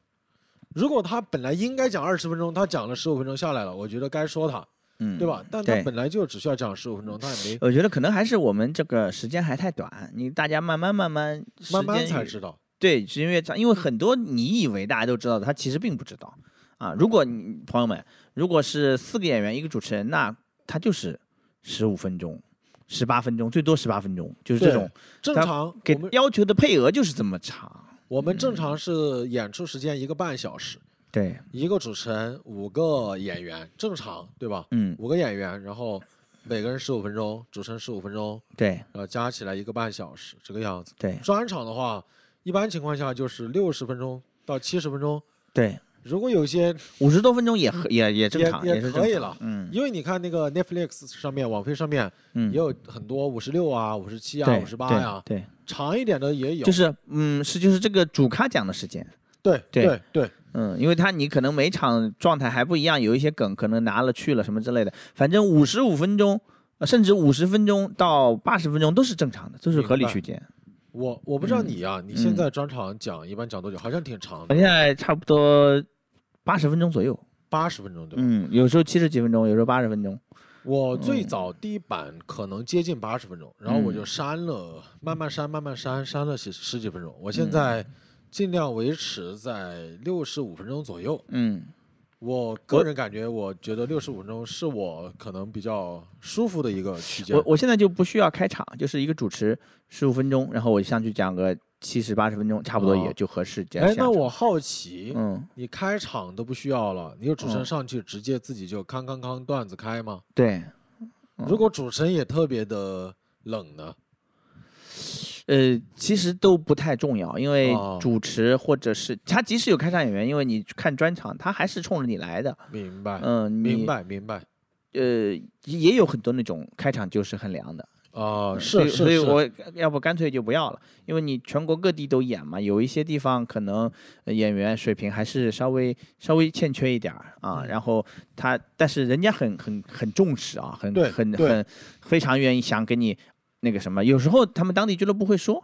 如果他本来应该讲二十分钟，他讲了十五分钟下来了，我觉得该说他，
嗯，
对吧？？但他
对
本来就只需要讲十五分钟，他也没
我觉得可能还是我们这个时间还太短，你大家慢慢慢慢时
慢慢
间
才
越
知嗯道。
对，时间越长，因为很多你以为大家都知道的，他其实并不知道啊。如果你朋友们，如果是四个演员一个主持人，那他就是十五分钟、十八分钟，最多十八分钟，就是这
对
种
正
他
常
给嗯
我们
要求的配额就是这么长。
我们正常是演出时间一个半小时，
对，
一个主持人五个演员，正常对吧？
嗯，
五个演员，然后每个人十五分钟，主持人十五分钟，
对
然后加起来一个半小时这个样子。
对
专场的话，一般情况下就是六十分钟到七十分钟，
对，
如果有些，
五十多分钟也合也也正
也
常，
嗯也
是
可
正
以
常
了
嗯
因为你看那个 Netflix 上面、网飞上面
嗯
也，有很多五十六啊、五十七啊、
对
五十八
对
呀，
对，
长一点的也有。
就是嗯是就是这个主咖讲的时间。
对
对
对对
嗯，因为他你可能每场状态还不一样，有一些梗可能拿了去了什么之类的，反正五十五分钟，呃甚至五十分钟到八十分钟都是正常的，都是合理
明白
区间。
我我不知道你啊，你现
嗯
在专场讲一般讲多久？好像挺长
我
的，
现在差不多八十分钟左右，
八十分钟对吧？
嗯，有时候七十几分钟，有时候八十分钟。
我最早第一版可能接近八十分钟，然后我就
嗯
删了，慢慢删，慢慢删，删了十十几分钟。我
嗯
现在尽量维持在六十五分钟左右。
嗯，
我个人感觉，我觉得六十五分钟是我可能比较舒服的一个区间
我。我现在就不需要开场，就是一个主持十五分钟，然后我上去讲个七十八十分钟，差不多也
哦
就合适这样
哎
下，场。
那我好奇，
嗯，
你开场都不需要了，你有主持人
嗯
上去直接自己就康康康段子开吗？
对，
如果主持人也特别的冷呢？
呃，其实都不太重要，因为
哦
主持或者是他即使有开场演员，因为你看专场，他还是冲着你来的。
明白，
嗯，
哎明
你。
白，明白。
呃，也有很多那种开场就是很凉的，
啊，
所
是
以
是
所以
是，
我要不干脆就不要了，因为你全国各地都演嘛，有一些地方可能呃演员水平还是稍微稍微欠缺一点儿啊，
嗯
然后他但是人家很很很重视啊，很
对
很
对
很非常愿意想给你那个什么，有时候他们当地俱乐部会说。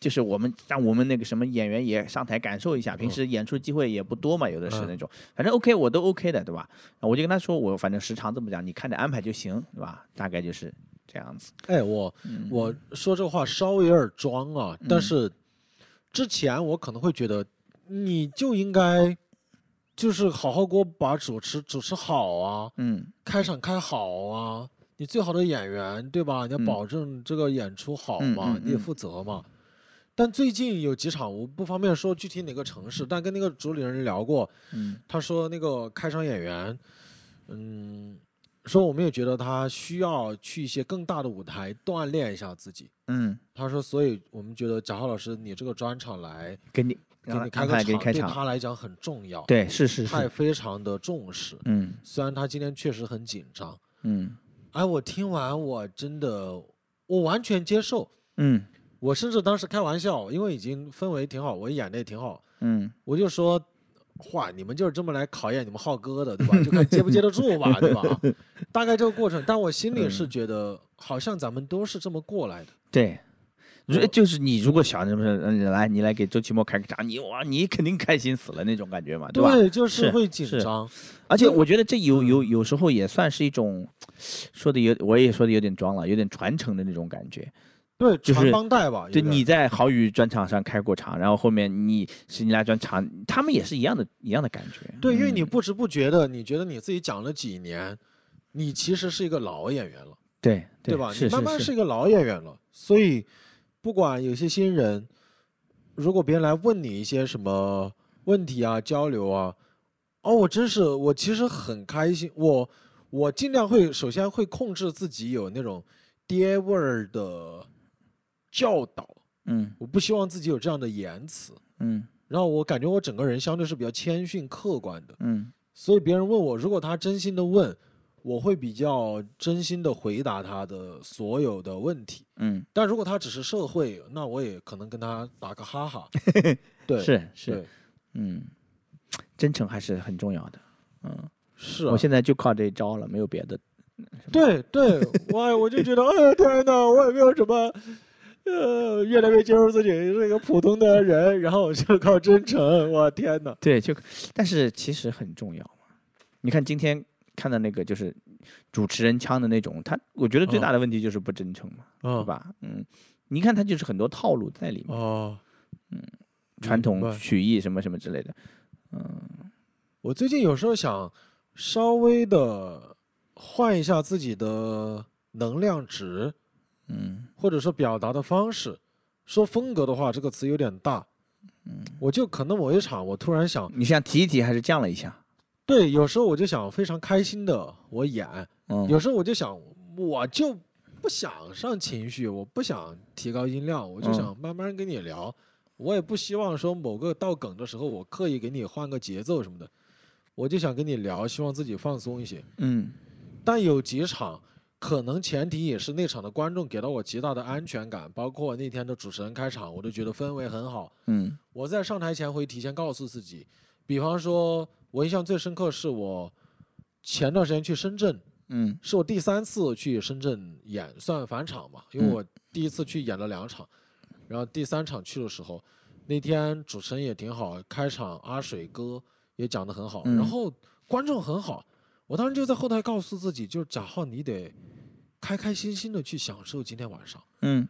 就是我们让我们那个什么演员也上台感受一下，平时演出机会也不多嘛，有的是
嗯
那种，反正 OK 我都 OK 的，对吧？我就跟他说，我反正时长这么讲，你看着安排就行，对吧？大概就是这样子。
哎，我
嗯
我说这话稍微有点装啊，但
嗯
是之前我可能会觉得，你就应该就是好好给我把主持主持好啊，
嗯，
开场开好啊，你最好的演员对吧？你要
嗯
保证这个演出好
嗯
嘛，
嗯
你得
嗯
负责嘛。但最近有几场我不方便说具体哪个城市，但跟那个主理人聊过，
嗯
他说那个开场演员，嗯，说我们也觉得他需要去一些更大的舞台锻炼一下自己。
嗯，
他说，所以我们觉得贾浩老师你这个专场来
给你
给
让
你
他
开
啊安排
个
给你
场，
开
对
场，
他来讲很重要，
对，是是
他也
是，
非常的重视。
嗯
虽然他今天确实很紧张，
嗯
哎，我听完我真的我完全接受，
嗯
我甚至当时开玩笑，因为已经氛围挺好，我演的也挺好，
嗯，
我就说，哇，你们就是这么来考验你们浩哥的，对吧？就看接不接得住吧，对吧？ 大概这个过程，但我心里
嗯
是觉得，好像咱们都是这么过来的。
对。如
我
就是你，如果想什么，嗯来你来给周奇墨开个场，你哇，你肯定开心死了那种感觉嘛，对吧？
就是
是
会紧
是
张。
而且我觉得这有有有时候也算是一种，说的有我也说的有点装了，有点传承的那种感觉。
对，
就是
传帮带吧。有
对，
点
你在好语专场上开过场，然后后面你是你来专场，他们也是一样的，一样的感觉。
对，因为你
嗯
不知不觉的，你觉得你自己讲了几年，你其实是一个老演员了，
对
对吧？
是
你慢
是
慢
是
是一个老演员了，所以不管有些新人，如果别人来问你一些什么问题啊、交流啊，哦，我真是我其实很开心，我我尽量会首先会控制自己有那种爹味儿的教导，
嗯
我不希望自己有这样的言辞。
嗯
然后我感觉我整个人相对是比较谦逊客观的，
嗯
所以别人问我，如果他真心的问，我会比较真心的回答他的所有的问题。
嗯，
但如果他只是社会，那我也可能跟他打个哈 哈。对，
是是，
对，
嗯，真诚还是很重要的。嗯，
是、啊
我。现在就靠这一招了，没有别的。
对对，我我就觉得，哎呀天哪，我也没有什么，呃，越来越接受自己是一个普通的人，然后我就靠真诚，我天哪，
对，就但是其实很重要嘛。你看今天看的那个就是主持人腔的那种，他我觉得最
嗯
大的问题就是不真诚嘛，对
啊
吧？嗯，你看他就是很多套路在里面，
哦，
传
明
统
白
曲艺什么什么之类的。嗯，
我最近有时候想稍微的换一下自己的能量值，
嗯，
或者说表达的方式。说风格的话，这个词有点大，嗯，我就可能某一场，我突然想，
你想提一提还是降了一下？
对，有时候我就想非常开心的我演，
嗯
有时候我就想，我就不想上情绪，我不想提高音量，我就
嗯
想慢慢跟你聊。我也不希望说某个到梗的时候，我刻意给你换个节奏什么的，我就想跟你聊，希望自己放松一些。
嗯
但有几场，可能前提也是那场的观众给到我极大的安全感，包括那天的主持人开场，我都觉得氛围很好。
嗯
我在上台前会提前告诉自己，比方说，我印象最深刻是我前段时间去深圳，
嗯
是我第三次去深圳演，算返场嘛，因为
嗯
我第一次去演了两场，然后第三场去的时候，那天主持人也挺好，开场阿水哥也讲得很好，
嗯
然后观众很好，我当时就在后台告诉自己，就是贾浩，你得开开心心的去享受今天晚上。
嗯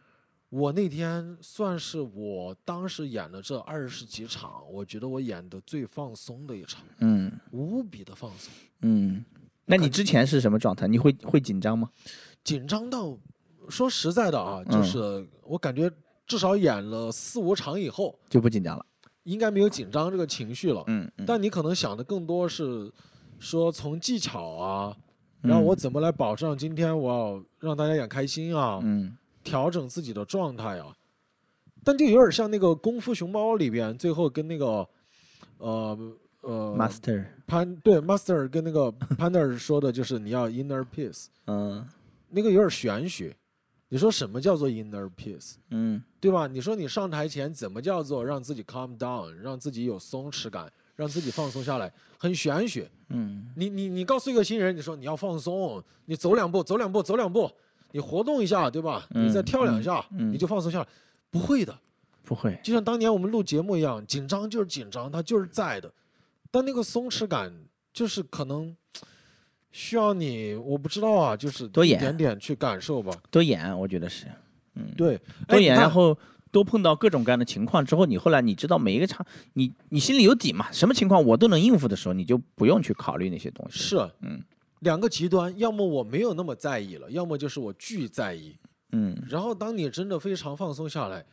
我那天算是我当时演了这二十几场，我觉得我演的最放松的一场，
嗯
无比的放松。
嗯。那你之前是什么状态？你会会紧张吗？
紧张到，说实在的啊，就
嗯
是我感觉至少演了四五场以后，
就不紧张了。
应该没有紧张这个情绪了。
嗯嗯
但你可能想的更多是说从技巧啊，
嗯
然后我怎么来保障今天我要让大家演开心啊，
嗯
调整自己的状态啊。但就有点像那个《功夫熊猫》里边，最后跟那个，呃呃，
，master。
潘对 master 跟那个 partner 说的就是你要 inner peace，
嗯
那个有点玄学。你说什么叫做 inner peace，
嗯
对吧？你说你上台前怎么叫做让自己 calm down，让自己有松弛感，让自己放松下来，很玄学。
嗯。
你你你告诉一个新人，你说你要放松，你走两步，走两步，走两步，你活动一下，对吧？你再
嗯
跳两下，
嗯
你就放松下来。不会的，
不会，
就像当年我们录节目一样，紧张就是紧张，它就是在的，但那个松弛感就是可能需要你，我不知道啊，就是
多
一
演
点点去感受吧。
多演，啊我觉得是
对，哎
多演，
你看
然后多碰到各种各样的情况之后，你后来你知道每一个场，你你心里有底嘛，什么情况我都能应付的时候，你就不用去考虑那些东西。，
是，
嗯，
两个极端，要么我没有那么在意了，要么就是我巨在意。
嗯
然后当你真的非常放松下来，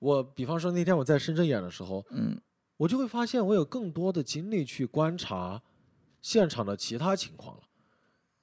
我比方说那天我在深圳演的时候，
嗯
我就会发现我有更多的精力去观察现场的其他情况了，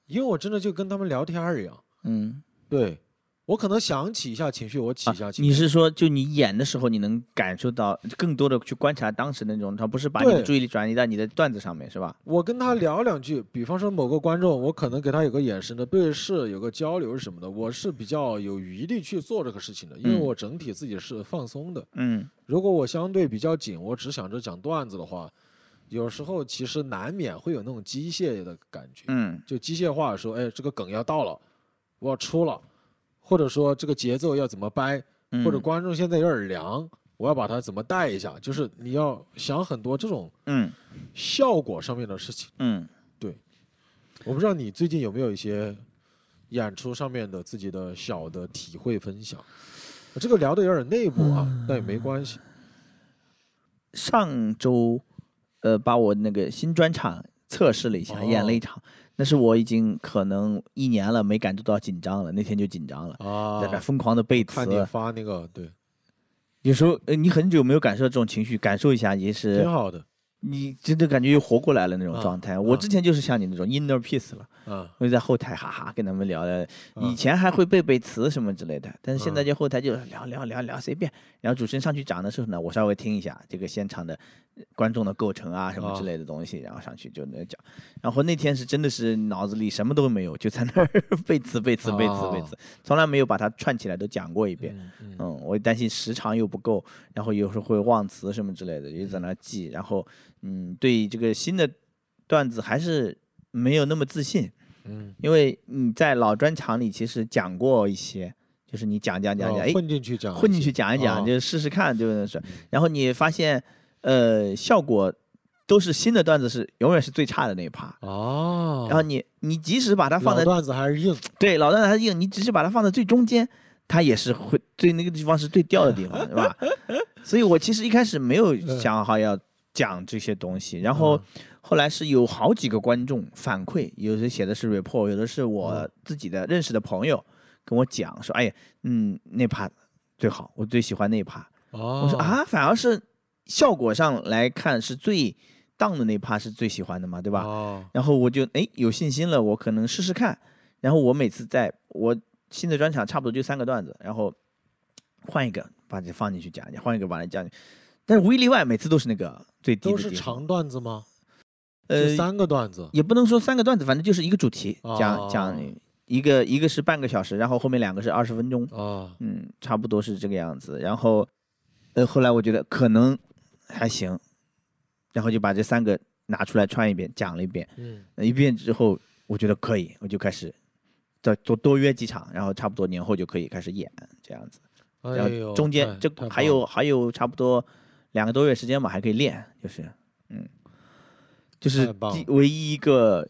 因为我真的就跟他们聊天儿一样。
嗯。
对，我可能想起一下情绪，我起一下情绪。
你是说，就你演的时候，你能感受到更多的去观察当时那种，他不是把你的
对
注意力转移到你的段子上面，是吧？
我跟他聊两句，比方说某个观众，我可能给他有个眼神的对视，有个交流什么的，我是比较有余力去做这个事情的，因为
嗯
我整体自己是放松的。
嗯
如果我相对比较紧，我只想着讲段子的话，有时候其实难免会有那种机械的感觉，
嗯
就机械化说，哎，这个梗要到了，我要出了，或者说这个节奏要怎么掰，
嗯，
或者观众现在有点凉，我要把它怎么带一下，就是你要想很多这种
嗯
效果上面的事情。
嗯，
我不知道你最近有没有一些演出上面的自己的小的体会分享？这个聊的有点内部啊，
嗯
但也没关系。
上周，呃，把我那个新专场测试了一下，演
哦
了一场。那是我已经可能一年了没感受到紧张了，那天就紧张了，
啊，
在那疯狂的背词
看。你发那个，对，
有时候，呃，你很久没有感受到这种情绪，感受一下也
挺
是
好的。
你真的感觉又活过来了那种
啊
状态。我
啊
之前就是像你那种 inner peace 了，
啊，
我就在后台哈哈跟他们聊聊，
啊
以前还会背背词什么之类的，但是现在
嗯
就后台就聊聊聊聊随便。然后主持人上去讲的时候呢，我稍微听一下这个现场的呃观众的构成啊什么
啊
之类的东西，然后上去就能讲。然后那天是真的是脑子里什么都没有，就在那儿背词背词背词背
哦
词，从来没有把它串起来都讲过一遍。
嗯嗯
嗯，我担心时长又不够，然后有时候会忘词什么之类的，就在那儿记。然后，嗯，对这个新的段子还是没有那么自信，
嗯，
因为你在老专场里其实讲过一些，就是你讲讲讲
哦
讲，哎、
混进去讲，
混进去讲一讲，
哦嗯
就试试看，就是。然后你发现，呃，效果都是新的段子是永远是最差的那一趴。
哦，
然后你你即使把它放
老
在
段子还是硬，
对，老段还硬，你只是把它放在最中间，它也是会最那个地方是最掉的地方，是吧？ 所以我其实一开始没有想好要讲这些东西，然后
嗯
后来是有好几个观众反馈，有的写的是 report，有的是我
嗯
自己的认识的朋友跟我讲说，哎呀，嗯，那趴最好，我最喜欢那趴。
哦，
我说，啊，反而是效果上来看是最当的那趴是最喜欢的嘛，对吧？
哦，
然后我就哎有信心了，我可能试试看。然后我每次在我新的专场差不多就三个段子，然后换一个把这放进去讲一讲，换一个把它讲进去。但是无一例外，每次都是那个最低
都
的
是
地方
长段子吗？就
呃，
三个段子，
也不能说三个段子，反正就是一个主题，讲讲
哦
一个一个是半个小时，然后后面两个是二十分钟，
哦，
嗯，差不多是这个样子。然后呃，后来我觉得可能还行，然后就把这三个拿出来串一遍，讲了一遍。
嗯，
一遍之后，我觉得可以，我就开始再多多约几场，然后差不多年后就可以开始演这样子。
哎
然
呦
后中间
太
这
太棒
还
了
有还有差不多两个多月时间吧，还可以练，就是嗯，就是
太棒
第
了
唯一一个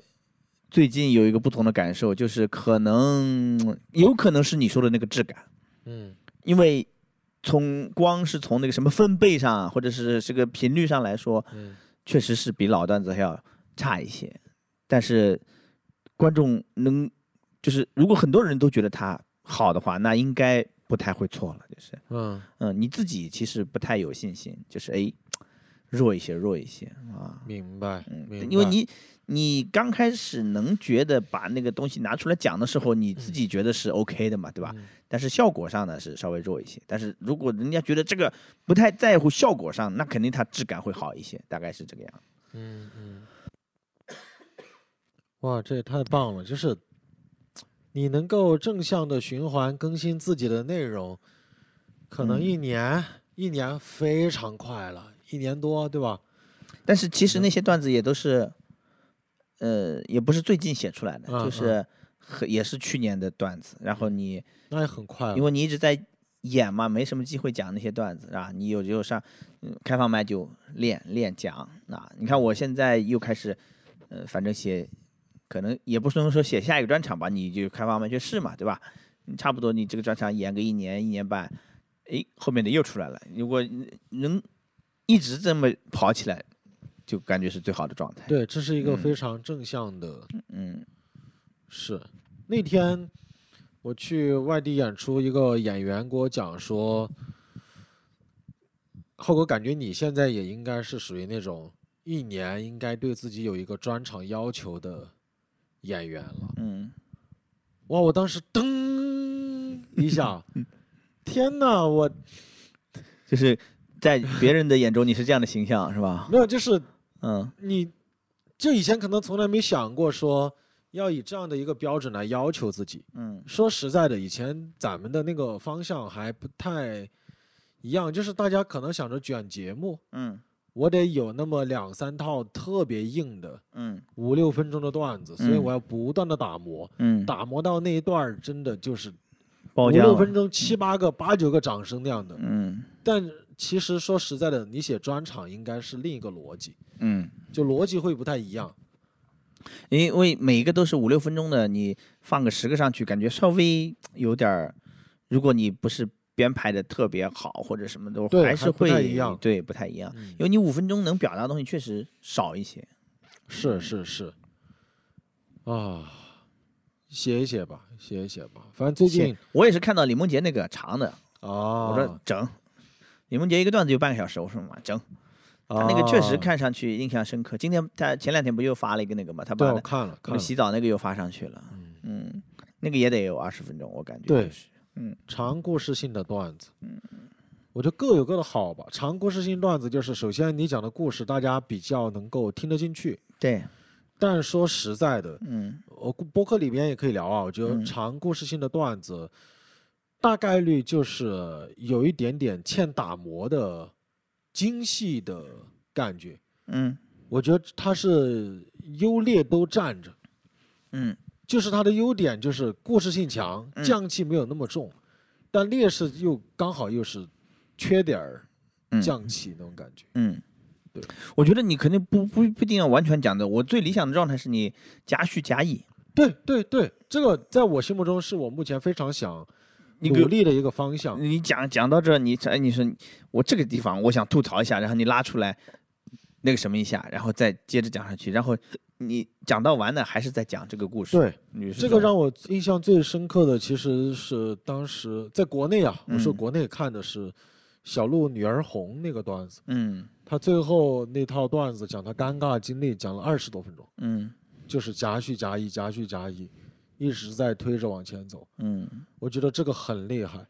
最近有一个不同的感受，就是可能有可能是你说的那个质感，
嗯
因为。从光是从那个什么分贝上啊，或者是这个频率上来说，
嗯
确实是比老段子还要差一些，但是观众能就是如果很多人都觉得他好的话，那应该不太会错了。就是
嗯，
嗯，你自己其实不太有信心，就是哎弱一些，弱一些啊，
明白，
嗯，
明
因为
白
你你刚开始能觉得把那个东西拿出来讲的时候，你自己觉得是 OK 的嘛，对吧？
嗯
但是效果上呢是稍微弱一些，但是如果人家觉得这个不太在乎效果上，那肯定它质感会好一些，大概是这个样子。
嗯嗯，哇，这也太棒了！就是你能够正向的循环更新自己的内容，可
嗯
能一年、一年非常快了，一年多，对吧？
但是
嗯
其实那些段子也都是，呃，也不是最近写出来的，
嗯
就
嗯
是和也是去年的段子。然后你
那也很快
因
了。
为你一直在演嘛，没什么机会讲那些段子啊。你有时候上、嗯、开放麦就练练讲啊。你看我现在又开始，呃，反正写，可能也不能说写下一个专场吧，你就开放麦去试嘛，对吧？你差不多你这个专场演个一年一年半，诶，后面的又出来了。如果嗯能一直这么跑起来，就感觉是最好的状态。
对，这是一个
嗯
非常正向的
嗯
是，那天我去外地演出，一个演员给我讲说，浩哥，感觉你现在也应该是属于那种一年应该对自己有一个专场要求的演员了。
嗯，
哇，我当时噔一下，天哪，我
就是在别人的眼中你是这样的形象是吧？
没有，就是
嗯
你就以前可能从来没想过说要以这样的一个标准来要求自己。
嗯
说实在的，以前咱们的那个方向还不太一样，就是大家可能想着卷节目，
嗯
我得有那么两三套特别硬的
嗯
五六分钟的段子，所以
嗯
我要不断的打磨，
嗯，
打磨到那一段儿真的就是
包
五
浆
六
了
分钟七八个、八九个掌声那样的。
嗯
但其实说实在的，你写专场应该是另一个逻辑，
嗯，
就逻辑会不太一样。
啊因为每一个都是五六分钟的，你放个十个上去，感觉稍微有点儿，如果你不是编排的特别好或者什么的，
对
还
还
是
不
会
太一样
对，不太一样。
嗯
因为你五分钟能表达的东西确实少一些。
是是是，啊，写一写吧，写一写吧，反正最近
是我也是看到李梦洁那个长的，
啊，
我说整，李梦洁一个段子就半个小时，我说嘛整，他那个确实
哦
看上去印象深刻。今天他前两天不又发了一个那个嘛，他
哦对
把
我看了
那
看
个
了，
洗澡那个又发上去了，嗯，那个也得有二十分钟，我感觉
对
就是
长故事性的段子，
嗯
我觉得各有各的好吧。长故事性段子就是，首先你讲的故事大家比较能够听得进去，
对，
但说实在的，
嗯，
我估播客里边也可以聊啊。我觉得
嗯
长故事性的段子，大概率就是有一点点欠打磨的精细的感觉。
嗯
我觉得它是优劣都占着，
嗯
就是它的优点就是故事性强，
嗯
犟气没有那么重，但劣势又刚好又是缺点儿
嗯
犟气那种感觉。
嗯，
对，
我觉得你肯定不不不一定要完全讲的，我最理想的状态是你夹叙夹议，
对对对，这个在我心目中是我目前非常想
你嗯给
努力的一个方向。
你讲讲到这儿，你哎，你说我这个地方我想吐槽一下，然后你拉出来那个什么一下，然后再接着讲下去，然后你讲到完呢，还是在讲这个故事。
对，
你是
这
种
个让我印象最深刻的其实是当时在国内啊，我说
嗯
国内看的是小鹿女儿红那个段子，
嗯
他最后那套段子讲他尴尬经历讲了二十多分钟，
嗯
就是夹叙夹议夹叙夹议，一直在推着往前走。
嗯
我觉得这个很厉害，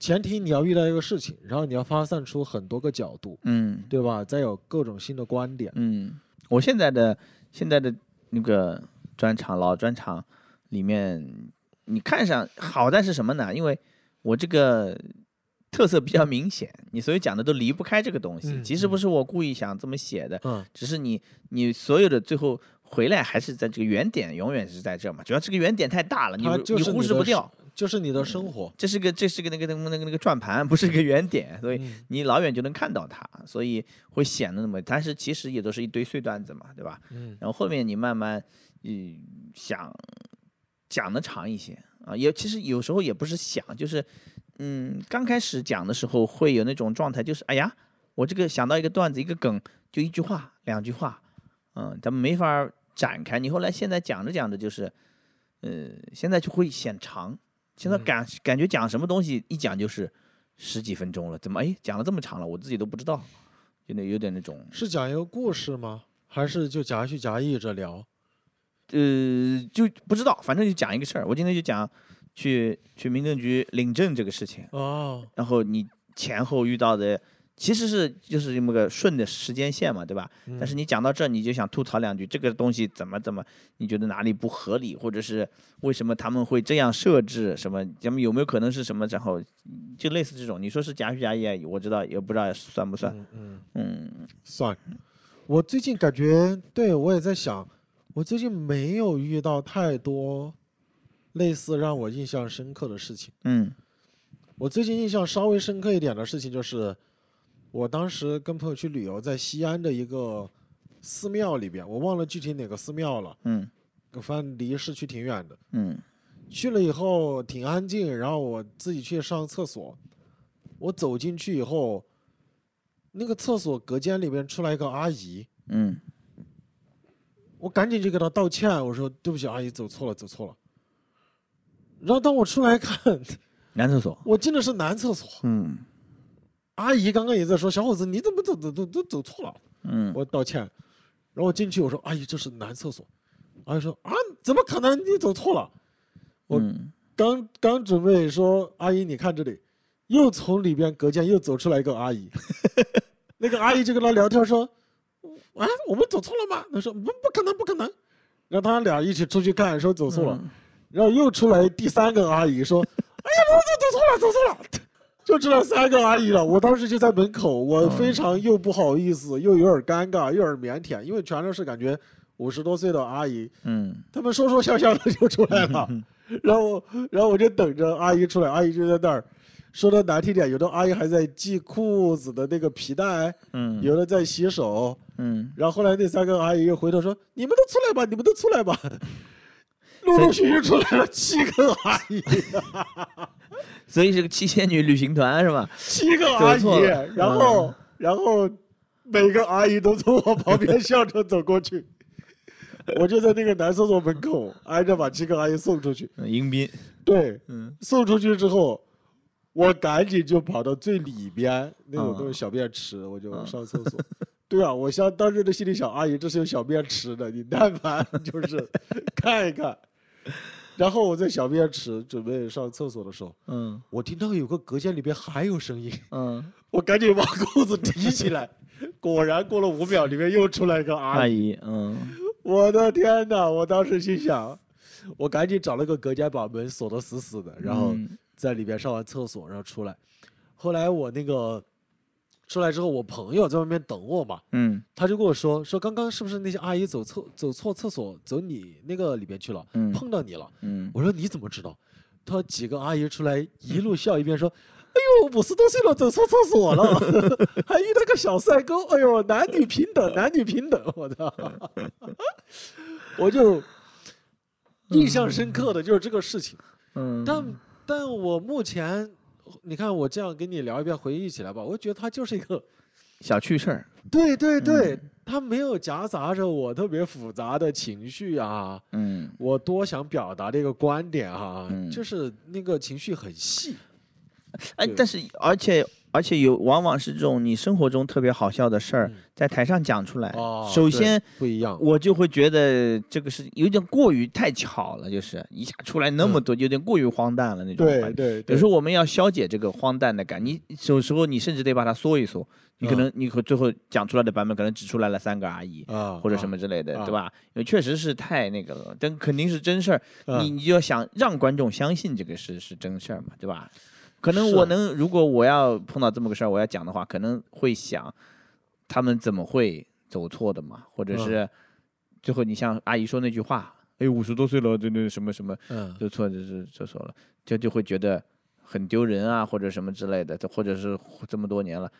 前提你要遇到一个事情，然后你要发散出很多个角度，
嗯
对吧？再有各种新的观点。
嗯，我现在的现在的那个专场老专场里面，你看上好在是什么呢？因为我这个。特色比较明显，你所有讲的都离不开这个东西。
嗯
其实不
嗯
是我故意想这么写的，
嗯，
只是你你所有的最后回来还是在这个原点，永远是在这儿嘛。主要这个原点太大了，你
它就是
你忽
你
视不
的
掉。
就是你的生活。
这是个这是个那个那个那个那个转盘， 不是个原点，所以
嗯
你老远就能看到它，所以会显得那么。但是其实也都是一堆碎段子嘛，对吧？
嗯，
然后后面你慢慢嗯想讲的长一些啊，也其实有时候也不是想，就是嗯刚开始讲的时候会有那种状态，就是哎呀，我这个想到一个段子一个梗就一句话两句话，嗯，咱们没法儿展开。你后来现在讲着讲着就是，呃，现在就会显长，现在
嗯
感、感觉讲什么东西一讲就是十几分钟了，怎么哎讲了这么长了，我自己都不知道，就那有点那种。
是讲一个故事吗？还是就夹叙夹议着聊？
呃，就不知道，反正就讲一个事儿。我今天就讲去去民政局领证这个事情，
哦，
然后你前后遇到的其实是就是这么个顺的时间线嘛，对吧？但是你讲到这儿，你就想吐槽两句，这个东西怎么怎么，你觉得哪里不合理，或者是为什么他们会这样设置，什么咱们有没有可能是什么？然后就类似这种，你说是假虚假意，我知道也不知道算不算，
嗯嗯，
嗯
算。我最近感觉，对我也在想，我最近没有遇到太多类似让我印象深刻的事情。
嗯
我最近印象稍微深刻一点的事情就是，我当时跟朋友去旅游，在西安的一个寺庙里边，我忘了具体哪个寺庙了，
嗯
反正离市区挺远的。
嗯
去了以后挺安静，然后我自己去上厕所，我走进去以后，那个厕所隔间里面出来一个阿姨，
嗯
我赶紧就给她道歉，我说对不起，阿姨，走错了，走错了。然后当我出来看，
男厕所，
我进的是男厕所，
嗯
阿姨刚刚也在说，小伙子你怎么走走走走走错了？
嗯。
我道歉。然后我进去我说，阿姨这是男厕所，阿姨说啊怎么可能你走错了？我
嗯
刚刚准备说阿姨，你看这里，又从里边隔间又走出来一个阿姨， 那个阿姨就跟他聊天说：“啊，我们走错了吗？”他说：“不，不可能，不可能。”然后他俩一起出去看，说走错了，然后又出来第三个阿姨说：“ 哎呀，我走走错了，走错了。”就出来三个阿姨了，我当时就在门口，我非常又不好意思，又有点尴尬，又有点腼腆，因为全都是感觉五十多岁的阿姨，
嗯
他们说说笑笑的就出来 了，然后然后我就等着阿姨出来，阿姨就在那儿。说的难听点，有的阿姨还在系裤子的那个皮带，
嗯
有的在洗手。
嗯，
然后后来那三个阿姨又回头说：“你们都出来吧，你们都出来 吧。”陆陆续续出来了七个阿 姨，
所以是个七仙女旅行团是吧？
七个阿姨
走错了，嗯
然后然后每个阿姨都从我旁边笑着走过去，我就在那个男厕所门口挨着把七个阿姨送出去。
嗯迎宾，
对，
嗯
送出去之后，我赶紧就跑到最里边那种
嗯
东西小便池，我就上厕所。对啊，我像当时的心里想，阿姨，这是有小便吃的，你但凡 就是看一看。然后我在小便池准备上厕所的时候，
嗯
我听到有个隔间里边还有声音，
嗯，
我赶紧把裤子提起来，果然过了五秒，里面又出来一个阿
阿
姨。
姨，嗯，
我的天哪！我当时心想，我赶紧找了个隔间，把门锁得死死的，然后
嗯
在里边上完厕所，然后出来。后来我那个出来之后，我朋友在外面等我嘛，
嗯
他就跟我说说刚刚是不是那些阿姨走厕走错厕所，走你那个里边去了，
嗯
碰到你了。
嗯，
我说你怎么知道？他说几个阿姨出来一路笑一边说：“哎呦，五十多岁了，走错厕所了， 还遇到个小帅哥，哎呦，男女平等，男女平等，我操！” 我就印象深刻的就是这个事情，
嗯，
但但我目前。你看我这样跟你聊一遍，回忆起来吧，我觉得他就是一个，
小趣事儿，
对对对，他没有夹杂着我特别复杂的情绪啊，
嗯，
我多想表达的一个观点哈、
嗯
就是那个情绪很细，
哎
对，
但是而且而且有往往是这种你生活中特别好笑的事儿
嗯，
在台上讲出来，
哦
哎首
对
先
不一样。
我就会觉得这个是有点过于太巧了，就是一下出来那么多，有点过于荒诞了那种感觉。
嗯对
有时候我们要消解这个荒诞的感，你有时候你甚至得把它缩一缩，你可
嗯
能你可最后讲出来的版本可能只出来了三个阿姨，
啊
或者什么之类的，
啊
对吧？因为确实是太那个了，但肯定是真事儿，
啊
你你就要想让观众相信这个是是真事儿嘛，对吧？可能
是啊
我能，如果我要碰到这么个事儿，我要讲的话，可能会想他们怎么会走错的嘛，或者
嗯
是最后你像阿姨说那句话，哎，五十多岁了，对对，什么什么
嗯
就错就是就错了，就就会觉得很丢人啊，或者什么之类的，或者是这么多年了，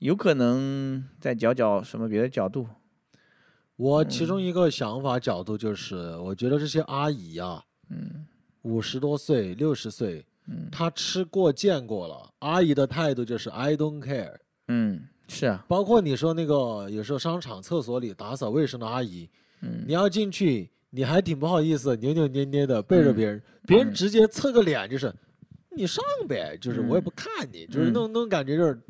有可能再找找什么别的角度，
我
嗯
其中一个想法角度就是，我觉得这些阿姨啊，
嗯。
五十多岁、六十岁，
嗯
她吃过见过了，阿姨的态度就是 I don't care。
嗯，是啊，
包括你说那个有时候商场厕所里打扫卫生的阿姨，
嗯
你要进去，你还挺不好意思，扭扭捏捏的背
嗯
着别人，别人直接侧个脸就是，你上呗，就是
嗯
我也不看你，就是那种那种感觉就是，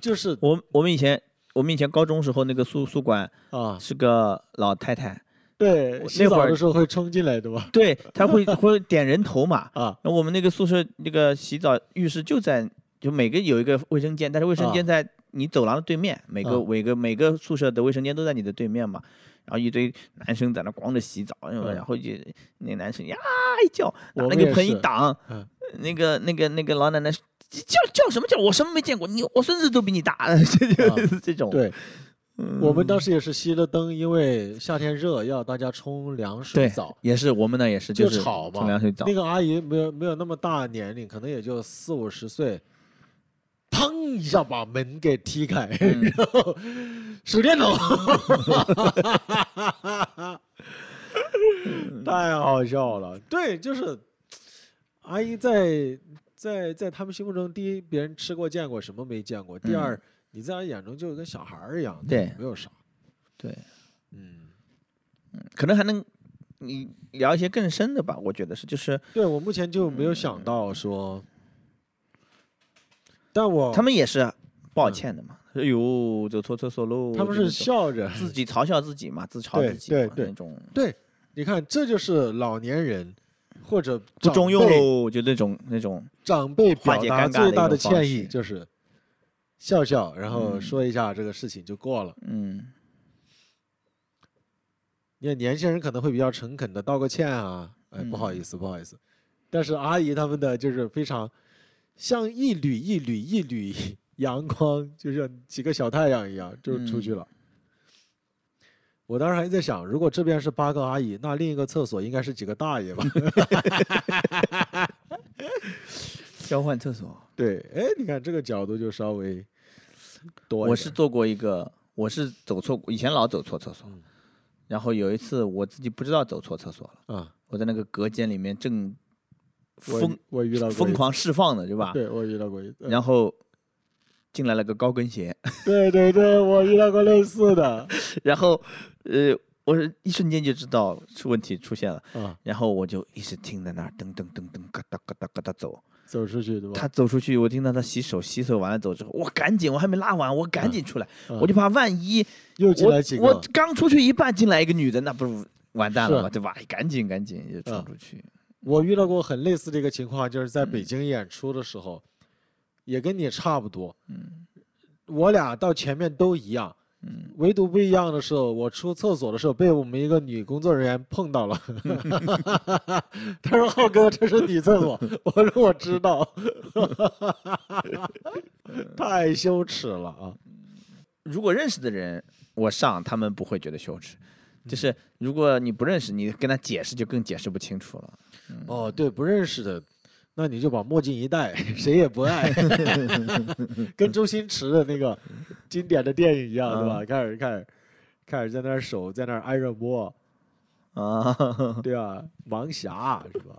就是
我我们以前我们以前高中时候那个宿宿管
啊，
是个老太太，
对，
我
洗
那会
澡
儿
的时候会冲进来的吧？
对，她会会点人头嘛。
啊，
然后我们那个宿舍那个洗澡浴室就在就每个有一个卫生间，但是卫生间
啊
在你走廊的对面，每个
啊
每个每个宿舍的卫生间都在你的对面嘛。然后一堆男生在那光着洗澡，然后
嗯
然后就那男生呀一叫，拿
我
那
们
个
也
盆一
是
挡
嗯，
那个那个那个老奶奶说叫叫什么叫？我什么没见过，你我孙子都比你大，这
啊
就是这种。
对，
嗯
我们当时也是熄了灯，因为夏天热，要大家冲凉水
对，
澡。
也是我们那也是
就是吵嘛
冲凉水澡
那，个阿姨没有没有那么大年龄，可能也就四五十岁，砰一下把门给踢开，
嗯
然 后手电筒，
嗯
太好笑了。对，就是阿姨在在在他们心目中，第一，别人吃过见过，什么没见过；第
嗯
二，你在她眼中就跟小孩儿一样，
对
没有啥。
对，
嗯，
可能还能你聊一些更深的吧，我觉得是，就是
对我目前就没有想到说，但我
他们也是抱歉的嘛，哎呦，走错厕所
嗯
喽，
他们
就是那种
笑着，
自己嘲笑自己嘛，自嘲
对
自己嘛
对对
那种
对，你看这就是老年人或者
不
长
中用
辈
喽，就那种那种
长辈
化
表
解
达
尴尬
最
的一
大
种
的
方
歉意
式
就是笑笑，然后
嗯
说一下这个事情就过了。
嗯
你看年轻人可能会比较诚恳的道个歉啊，哎，不
嗯
好意思，不好意思。但是阿姨他们的就是非常像一缕一缕一缕 阳光，就像几个小太阳一样，就出
嗯
去了。我当时还在想，如果这边是八个阿姨，那另一个厕所应该是几个大爷
嗯
吧？
交换厕所。
对，哎，你看这个角度就稍微多一点。
我是做过一个，我是走错，以前老走错厕所，
嗯
然后有一次我自己不知道走错厕所了，
啊，
我在那个隔间里面正
我
疯
我遇到过一
疯
次，
狂释放呢，对吧？
对我遇到过一呃次，
然后进来了个高跟鞋，
对对对，我遇到过类似的，
然后呃，我是一瞬间就知道是问题出现了，
啊，
然后我就一直听在那儿噔噔噔噔嘎哒嘎哒嘎哒走。
走出去对吧？
他走出去，我听到他洗手，洗手完了走之后，我赶紧，我还没拉完，我赶紧出来，
嗯
我就怕万一
又进
我
来几个
我刚出去一半，进来一个女的，那不是完蛋了
是
吗？对吧？赶紧赶紧就冲
嗯
出去。
我遇到过很类似的一个情况，就是
嗯
在北京演出的时候，也跟你差不多。
嗯
我俩到前面都一样，
嗯，
唯独不一样的是，我出厕所的时候被我们一个女工作人员碰到 了。 他说：“浩哥，这是你厕 所。”我说：“我知道。”太羞耻了啊！
如果认识的人我上，他们不会觉得羞耻。
嗯
就是如果你不认识，你跟他解释就更解释不清楚了。
哦，对，不认识的，那你就把墨镜一戴，谁也不爱，跟周星驰的那个经典的电影一样，对吧？开始开始开始在那儿手在那儿挨着摸，
啊，
对吧？盲侠是吧？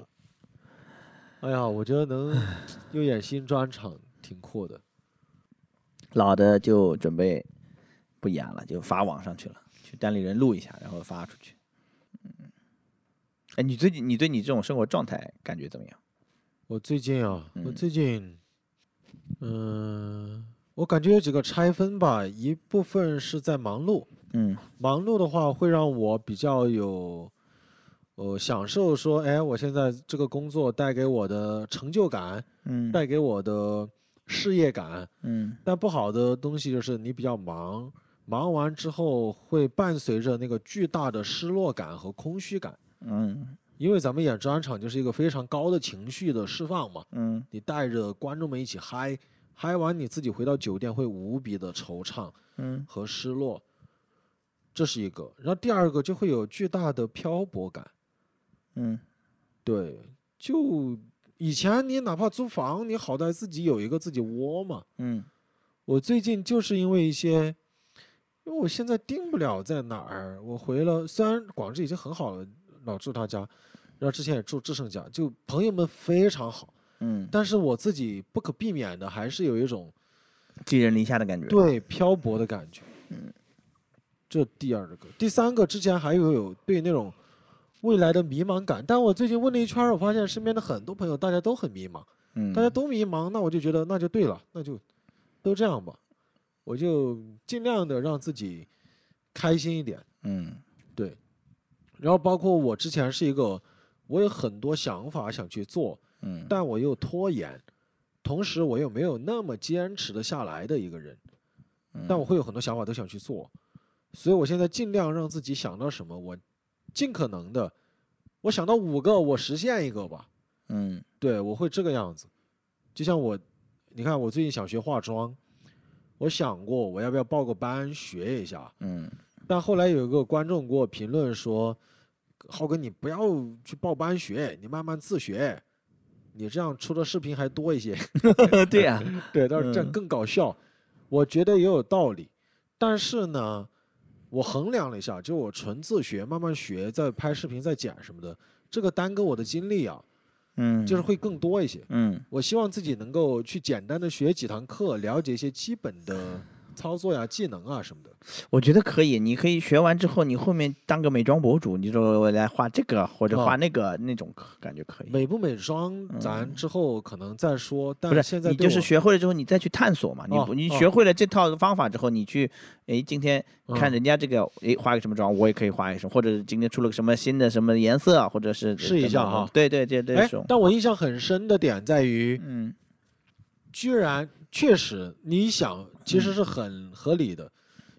哎呀，我觉得能又演新专场挺酷的。
老的就准备不演了，就发网上去了，去单立人录一下，然后发出去。嗯，哎，你最近你对你这种生活状态感觉怎么样？
我最近啊，我
嗯
最近，嗯、我感觉有几个拆分吧，一部分是在忙碌，
嗯
忙碌的话会让我比较有，呃，享受说，哎，我现在这个工作带给我的成就感，
嗯
带给我的事业感。
嗯
但不好的东西就是你比较忙，忙完之后会伴随着那个巨大的失落感和空虚感，
嗯
因为咱们演专场就是一个非常高的情绪的释放嘛，
嗯
你带着观众们一起嗨，嗨完你自己回到酒店会无比的惆怅。
嗯
和失落，这是一个。然后第二个就会有巨大的漂泊感。
嗯
对，就以前你哪怕租房，你好歹自己有一个自己窝嘛。
嗯
我最近就是因为一些，因为我现在定不了在哪儿，我回了，虽然广智已经很好了，老住他家，然后之前也住志胜家，就朋友们非常好，
嗯，
但是我自己不可避免的还是有一种
寄人篱下的感觉。
对漂泊的感觉。嗯，这第二个，第三个之前还有有对那种未来的迷茫感，但我最近问了一圈儿，我发现身边的很多朋友大家都很迷茫，
嗯，
大家都迷茫，那我就觉得那就对了，那就都这样吧，我就尽量的让自己开心一点。
嗯
对，然后包括我之前是一个，我有很多想法想去做，
嗯
但我又拖延，同时我又没有那么坚持的下来的一个人。
嗯
但我会有很多想法都想去做，所以我现在尽量让自己想到什么，我尽可能的，我想到五个，我实现一个吧。
嗯
对，我会这个样子。就像我，你看我最近想学化妆，我想过我要不要报个班学一下，
嗯
但后来有一个观众给我评论说：“浩哥，你不要去报班学，你慢慢自学，你这样出的视频还多一些。”
嗯，对呀，
呃对，但是这样
嗯
更搞笑，我觉得也有道理。但是呢，我衡量了一下，就我纯自学，慢慢学，再拍视频、再剪什么的，这个耽搁我的精力啊，
嗯，
就是会更多一些。
嗯
我希望自己能够去简单的学几堂课，了解一些基本的操作呀、技能啊什么的。
我觉得可以，你可以学完之后，你后面当个美妆博主，你说我来画这个或者
哦
画那个那种，可感觉可以。
美不美妆，咱之后可能再说。
嗯
但
不是，
现在
你
对
就是
我
学会了之后，你再去探索嘛。你
哦
不，你
哦
学会了这套方法之后，你去，哎，今天
嗯
看人家这个，哎，画个什么妆，我也可以画一种，或者今天出了个什么新的什么颜色，啊或者是
试一
等
下
等
哈
对对对对，
哎
这种，
但我印象很深的点在于，
嗯
居然确实，你想其实是很合理的。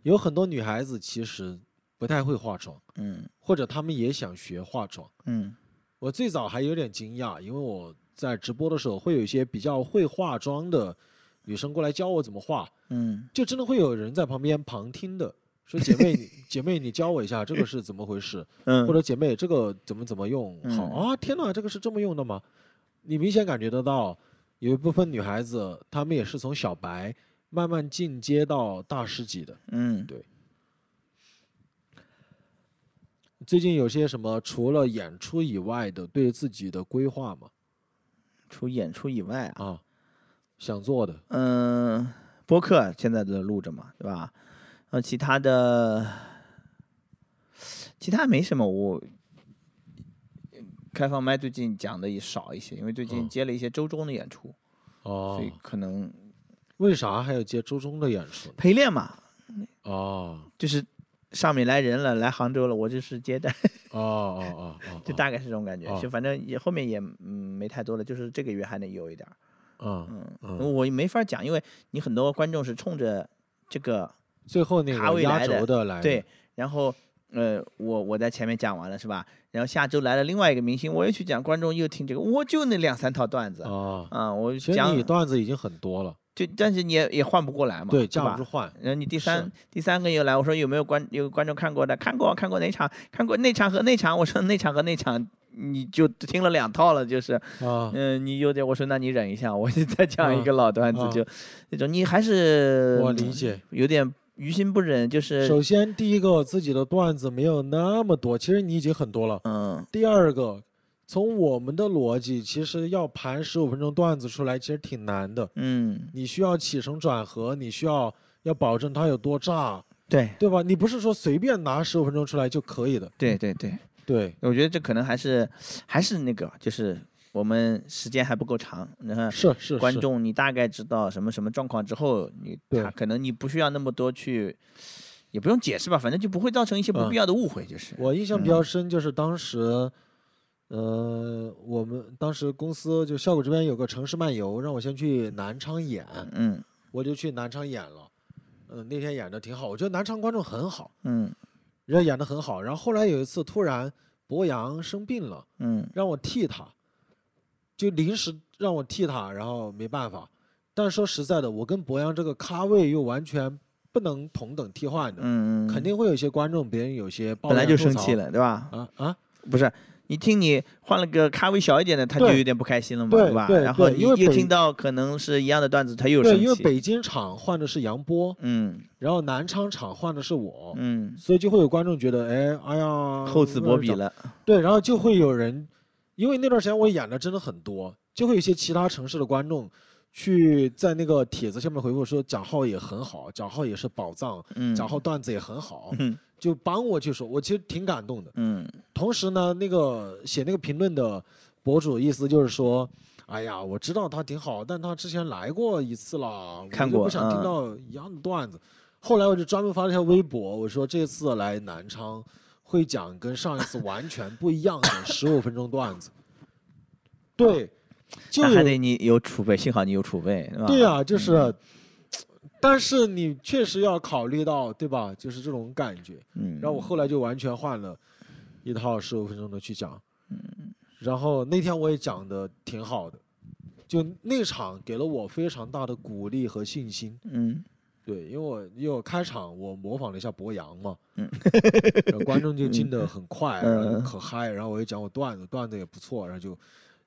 有很多女孩子其实不太会化妆，
嗯
或者她们也想学化妆。
嗯
我最早还有点惊讶，因为我在直播的时候会有一些比较会化妆的女生过来教我怎么化，
嗯
就真的会有人在旁边旁听的，说姐妹 你姐妹你教我一下这个是怎么回事，
嗯，
或者姐妹这个怎么怎么用好
嗯
啊？天哪，这个是这么用的吗？你明显感觉得到，有一部分女孩子她们也是从小白慢慢进阶到大师级的。
嗯
最近有些什么除了演出以外的对自己的规划吗？
除演出以外啊，
啊，想做的
嗯、呃播客现在都录着嘛，对吧？然后其他的，其他没什么，我开放麦最近讲的也少一些，因为最近
嗯
接了一些周中的演出，
哦
所以可能
为啥还要接周中的演出呢？
陪练嘛，
哦
就是上面来人了，来杭州了，我就是接待，
哦哦哦哦，
就大概是这种感觉。
哦
就反正也后面也嗯没太多了，就是这个月还能有一点儿。
哦
嗯嗯
我没法讲，因为你很多观众是冲着这个
最后那
咖
个
位
压
来的
轴的来的
对，然后呃，我我在前面讲完了是吧？然后下周来了另外一个明星，我又去讲，观众又听这个，我就那两三套段子啊、
啊，
我
其实
讲
你段子已经很多了，
就，但是你也也换不过来嘛，
对，
对
架不
吧
住？ 换。
然后你第
是
三第三个又来，我说有没有观有观众看过的？看过看过哪场？看过那场和那场？我说那场和那场，你就听了两套了，就是
啊
嗯、你有点我说那你忍一下，我就再讲一
啊
个老段子，
啊
就那种你还是
我理解。
有点于心不忍，就是
首先，第一个自己的段子没有那么多，其实你已经很多了。
嗯。
第二个，从我们的逻辑，其实要盘十五分钟段子出来，其实挺难的。
嗯，
你需要起承转合，你需要要保证它有多炸，
对
对吧？你不是说随便拿十五分钟出来就可以的。
对对对，
对，
我觉得这可能还是还是那个，就是我们时间还不够长，然后
是是
观
是
众你大概知道什么什么状况之后，你
对
他可能你不需要那么多去，也不用解释吧，反正就不会造成一些不
嗯
必要的误会，就是。
我印象比较深，就是当时，
嗯
呃，我们当时公司就效果这边有个城市漫游，让我先去南昌演，
嗯
我就去南昌演了。嗯、那天演的挺好，我觉得南昌观众很好，
嗯
人家演的很好。然后后来有一次突然博洋生病了，
嗯
让我替他，就临时让我替他，然后没办法。但说实在的，我跟博洋这个咖位又完全不能同等替换的，
嗯，
肯
嗯
定会有些观众别人有些抱
本来
怨
就
吐
生
槽
气了，对吧？
啊啊！
不是。你听你换了个咖位小一点的，他就
对
有点不开心了嘛，
对
吧？
对
然后
对
你
因为
又
北
听到可能是一样的段子，他又生
对，
气。
因为北京场换的是杨波，
嗯
然后南昌场换的是我，
嗯，
所以就会有观众觉得，哎，哎呀，
厚此薄彼
让人
了。
找。对，然后就会有人，因为那段时间我演的真的很多，就会有一些其他城市的观众去在那个帖子下面回复说，蒋浩也很好，蒋浩也是宝藏，
嗯，
蒋浩段子也很好，
嗯
就帮我去说，我其实挺感动的。
嗯
同时呢，那个写那个评论的博主意思就是说，哎呀，我知道他挺好，但他之前来过一次了，我
看
就
过
不想
嗯
听到一样的段子。后来我就专门发了一条微博，我说这次来南昌会讲跟上一次完全不一样 的十五分钟段子。对，就
啊那还
有
得你有储备，幸好嗯你有储备，是吧？
对呀、就是，但是你确实要考虑到，对吧？就是这种感觉。
嗯，
然后我后来就完全换了一套十五分钟的去讲，
嗯
然后那天我也讲的挺好的，就那场给了我非常大的鼓励和信心。
嗯
对，因为我因为我开场我模仿了一下博洋嘛，
嗯
然后观众就进的很快，
嗯
然后就可嗨，然后我又讲我段子，段子也不错，然后就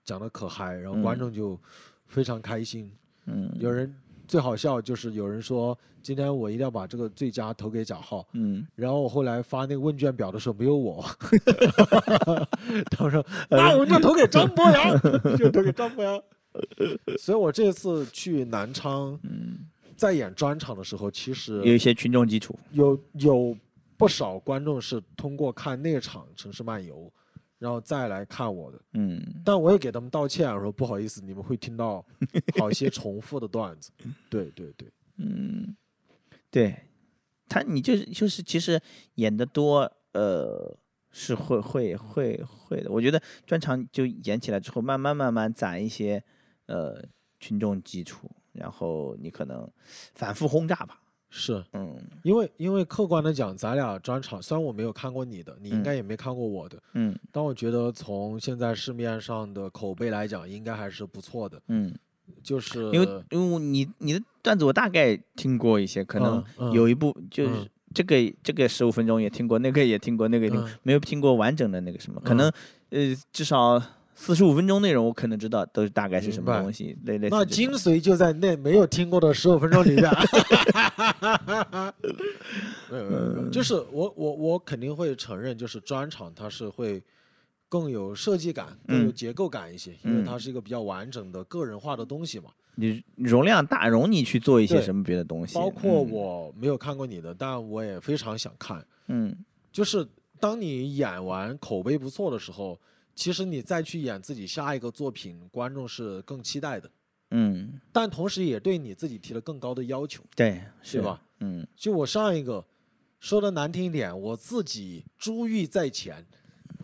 讲的可嗨，然后观
嗯
众就非常开心。
嗯
有人最好笑就是有人说今天我一定要把这个最佳投给贾浩，
嗯，
然后我后来发那个问卷表的时候没有 我，他们说呃那我们就投给张博 洋，就投给张博洋。所以我这次去南昌，在演专场的时候，其
嗯有一
实
些群众基础，
有有不少观众是通过看那场《城市漫游》，然后再来看我的。
嗯
但我也给他们道歉，我说不好意思，你们会听到好些重复的段子。对对对，
嗯，对，他你就是就是其实演的多，呃。是会会会会的，我觉得专场就演起来之后，慢慢慢慢攒一些呃群众基础，然后你可能反复轰炸吧，
是。
嗯
因为因为客观的讲，咱俩专场虽然我没有看过你的，你应
嗯
该也没看过我的，
嗯
但我觉得从现在市面上的口碑来讲，应该还是不错的。
嗯，
就是
因为因为你你的段子我大概听过一些，可能
嗯嗯
有一部就是
嗯
这个、这个十五分钟也听过，那个也听过，那个也听过、
嗯
没有听过完整的那个什么，可能、呃至少四十五分钟内容我可能知道都是大概是什
明
么
白
东西，类类似
那
这
精
种
髓就在那没有听过的十五分钟里面。没有没有没
嗯
有，就是我我我肯定会承认，就是专场它是会更有设计感、更有
嗯
结构感一些，因为
嗯
它是一个比较完整的个人化的东西嘛。
你容量大，容你去做一些
对
什么别的东西，
包括
嗯
我没有看过你的，但我也非常想看。
嗯
就是当你演完口碑不错的时候，其实你再去演自己下一个作品，观众是更期待的，
嗯，
但同时也对你自己提了更高的要求。
对，
是吧？
嗯，
就我上一个说的难听一点，我自己珠玉在前，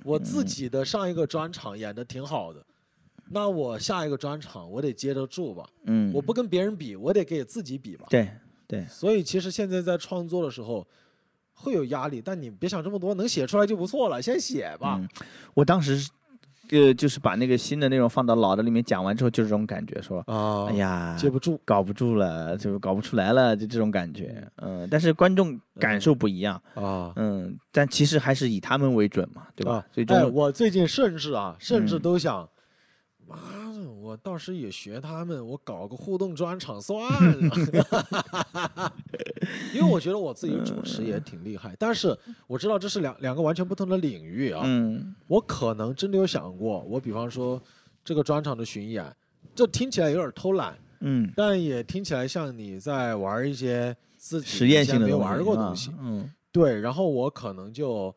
我
嗯
自己的上一个专场演的挺好的，那我下一个专场我得接得住吧，
嗯，
我不跟别人比，我得给自己比吧。
对对，
所以其实现在在创作的时候会有压力，但你别想这么多，能写出来就不错了，先写吧。
嗯我当时是呃就是把那个新的内容放到老的里面讲完之后，就是这种感觉，说
啊
哎呀，
接不住，
搞不住了，就搞不出来了，就这种感觉。嗯，但是观众感受不一样，
啊。
嗯，但其实还是以他们为准嘛，对吧
啊？
最终
哎，我最近甚至啊，甚至
嗯
都想，妈的，我到时也学他们，我搞个互动专场算了。 因为我觉得我自己主持也挺厉害，但是我知道这是两两个完全不同的领域啊。
嗯
我可能真的有想过，我比方说这个专场的巡演，这听起来有点偷懒，
嗯，
但也听起来像你在玩一些自己
实验
以前
性的
没
东西
玩过
啊
东西。
嗯
对，然后我可能就，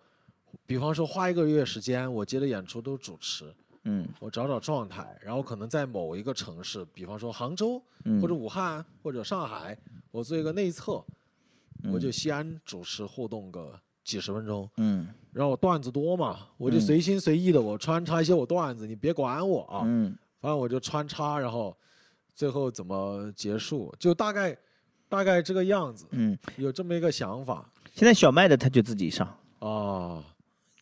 比方说花一个月时间，我接的演出都主持，
嗯
我找找状态，然后可能在某一个城市，比方说杭州
嗯，
或者武汉或者上海，我做一个内测，我就西安主持互动个几十分钟，
嗯
然后我段子多嘛，我就
嗯
随心随意的我穿插一些我段子，你别管我啊，
嗯
反正我就穿插，然后最后怎么结束，就大概大概这个样子，
嗯，
有这么一个想法。
现在小麦的他就自己上，
啊，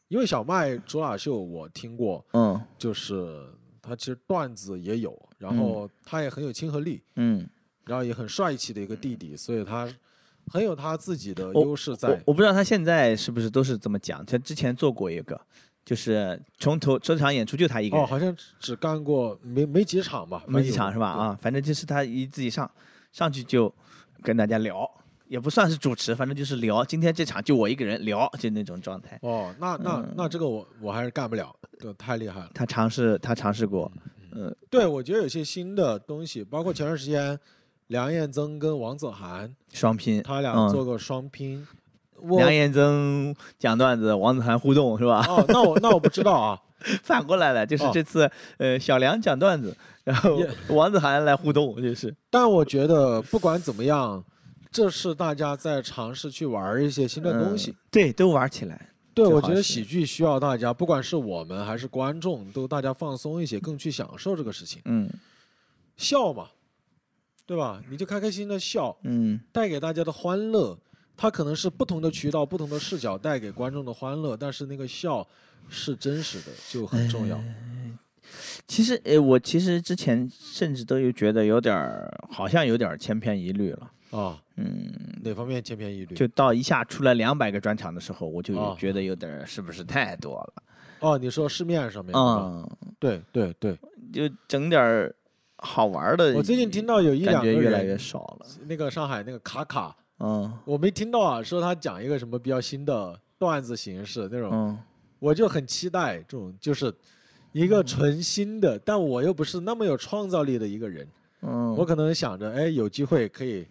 因为小麦主打秀我听过，
嗯
就是他其实段子也有，然后他也很有亲和力，
嗯，
然后也很帅气的一个弟弟，所以他很有他自己的
我
优势
我
在。
我不知道他现在是不是都是这么讲，他之前做过一个，就是从头这场演出就他一个
哦，
人，
好像只干过没没几场吧，
没
反
几
正
场
有
是吧？？啊，反正就是他一自己上，上去就跟大家聊，也不算是主持，反正就是聊。今天这场就我一个人聊，就那种状态。
对哦，那那
嗯
那这个我我还是干不了，对，太厉害了。
他尝试，他尝试过，
对，我觉得有些新的东西，包括前段时间梁彦增跟王子涵
双拼，
他俩
嗯
做个双拼，我
梁彦增讲段子，王子涵互动是吧？
哦，那我那我不知道啊，
反过来了，就是
哦
这次，呃，小梁讲段子，然后
也
王子涵来互动，就是，
但我觉得不管怎么样，这是大家在尝试去玩儿一些新的东西。
嗯对，都玩起来，
对，
这
我
好
觉得
是
喜剧需要大家，不管是我们还是观众，都大家放松一些，更去享受这个事情，
嗯
笑嘛，对吧？你就开开心心的笑，
嗯
带给大家的欢乐，它可能是不同的渠道、不同的视角带给观众的欢乐，但是那个笑是真实的，就很重要。
哎其实，呃，我其实之前甚至都有觉得有点儿，好像有点儿千篇一律了。
啊，
嗯，
哪方面千篇一律？
就到一下出来两百个专场的时候，我就
哦
觉得有点儿是不是太多了？
哦，你说市面上面，
嗯，
对吧对对对，
就整点儿好玩儿的。
我最近听到有一
呃感
两个
觉
人
越来越少了。
那个上海那个卡卡，
嗯
我没听到啊，说他讲一个什么比较新的段子形式那种，
嗯
我就很期待这种就是一
嗯
个纯新的，但我又不是那么有创造力的一个人，
嗯，
我可能想着，哎，有机会可以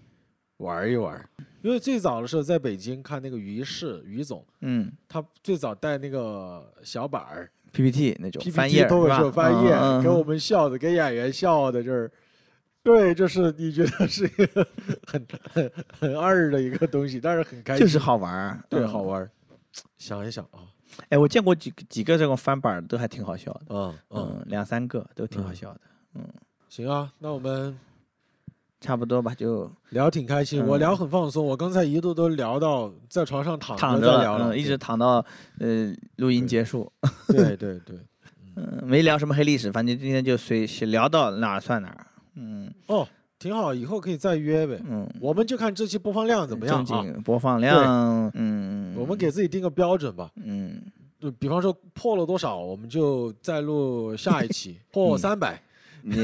玩一玩，因为最早的时候在北京看那个于适于总，
嗯
他最早带那个小板儿
PPT 那种翻页
PPT
儿
脱口
是吧
秀翻页，
嗯嗯
给我
嗯
们笑的，给演员笑的，就是。对，就是你觉得是一个很很很二的一个东西，但是很开心，
就是好玩儿，
对，
嗯
好。玩儿。想一想啊，
哎，我见过几几个这种翻板儿都还挺好笑的，
嗯嗯，
嗯，两三个都挺好
嗯
笑的，
行啊，那我们
差不多吧，就
聊挺开心，我
嗯
聊很放松，我刚才一度都聊到在床上躺
躺
着
着
在
了
聊了，
嗯，一直躺到呃录音
对
结束，
对对对。
嗯，没聊什么黑历史，反正今天就随聊到哪儿算哪儿，嗯
哦，挺好，以后可以再约呗。
嗯，
我们就看这期播放量怎么样
正
啊？
经播放量，嗯，
我们给自己定个标准吧，
嗯
就比方说破了多少，我们就再录下一 期，
嗯
破三百，
你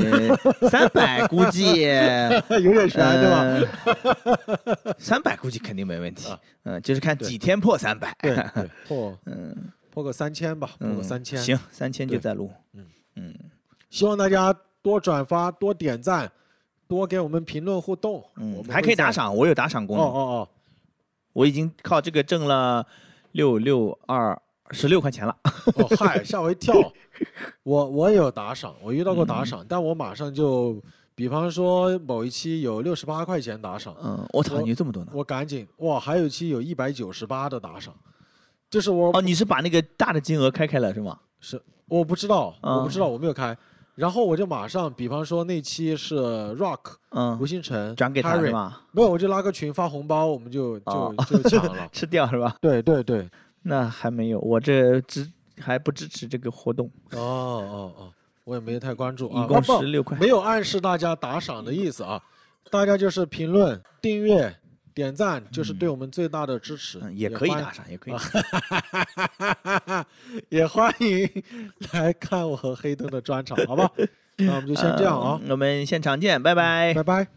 三百估 计
有点悬啊对吧？
吧？嗯三百估计肯定没问题
啊，
嗯，就是看
对
几天破三百，
对对，破
嗯，
破个三千吧，破个
嗯
三千。
行，三千就
对
再录，
嗯
嗯，
希望大家多转发、多点赞、多给我们评论互动，我
嗯，
们
还可以
会在
打。赏，我有打赏
哦
功能，
哦
我已经靠这个挣了六六二十六块钱了。
哦， 嗨，吓我一跳！我我也有打赏，我遇到过
嗯
打赏，但我马上就，比方说某一期有六十八块钱打赏，
嗯，我操，
我
你有这么多呢？
我赶紧哇，还有一期有一百九十八的打赏，就是我、
哦，你是把那个大的金额开开了是吗？
是我不知道，我不知
嗯
道，我没有开。然后我就马上，比方说那期是 Rock
嗯
吴，星辰
转给他
Harry，
是吧？
没有，我就拉个群发红包，我们就就
哦。
就抢了
吃掉是吧？
对对对，
那还没有，我这支还不支持这个活动，
哦哦哦，我也没太关注啊。
一共
啊不
十六块。
没有暗示大家打赏的意思啊，大家就是评论、订阅、点赞，就是对我们最大的支持。
嗯，也可以
欢
打，赏，也可以打。
也欢迎 来看我和黑灯的专场，好 吧？那我们就先这样啊，
嗯我们现场见，拜拜。
拜拜。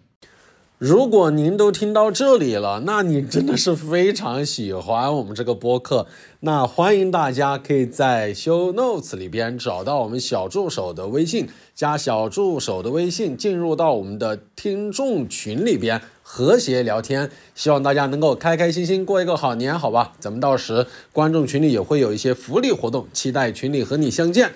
如果您都听到这里了，那你真的是非常喜欢我们这个播客，那欢迎大家可以在 show notes 里边找到我们小助手的微信，加小助手的微信进入到我们的听众群里边和谐聊天。希望大家能够开开心心过一个好年，好吧？咱们到时观众群里也会有一些福利活动，期待群里和你相见。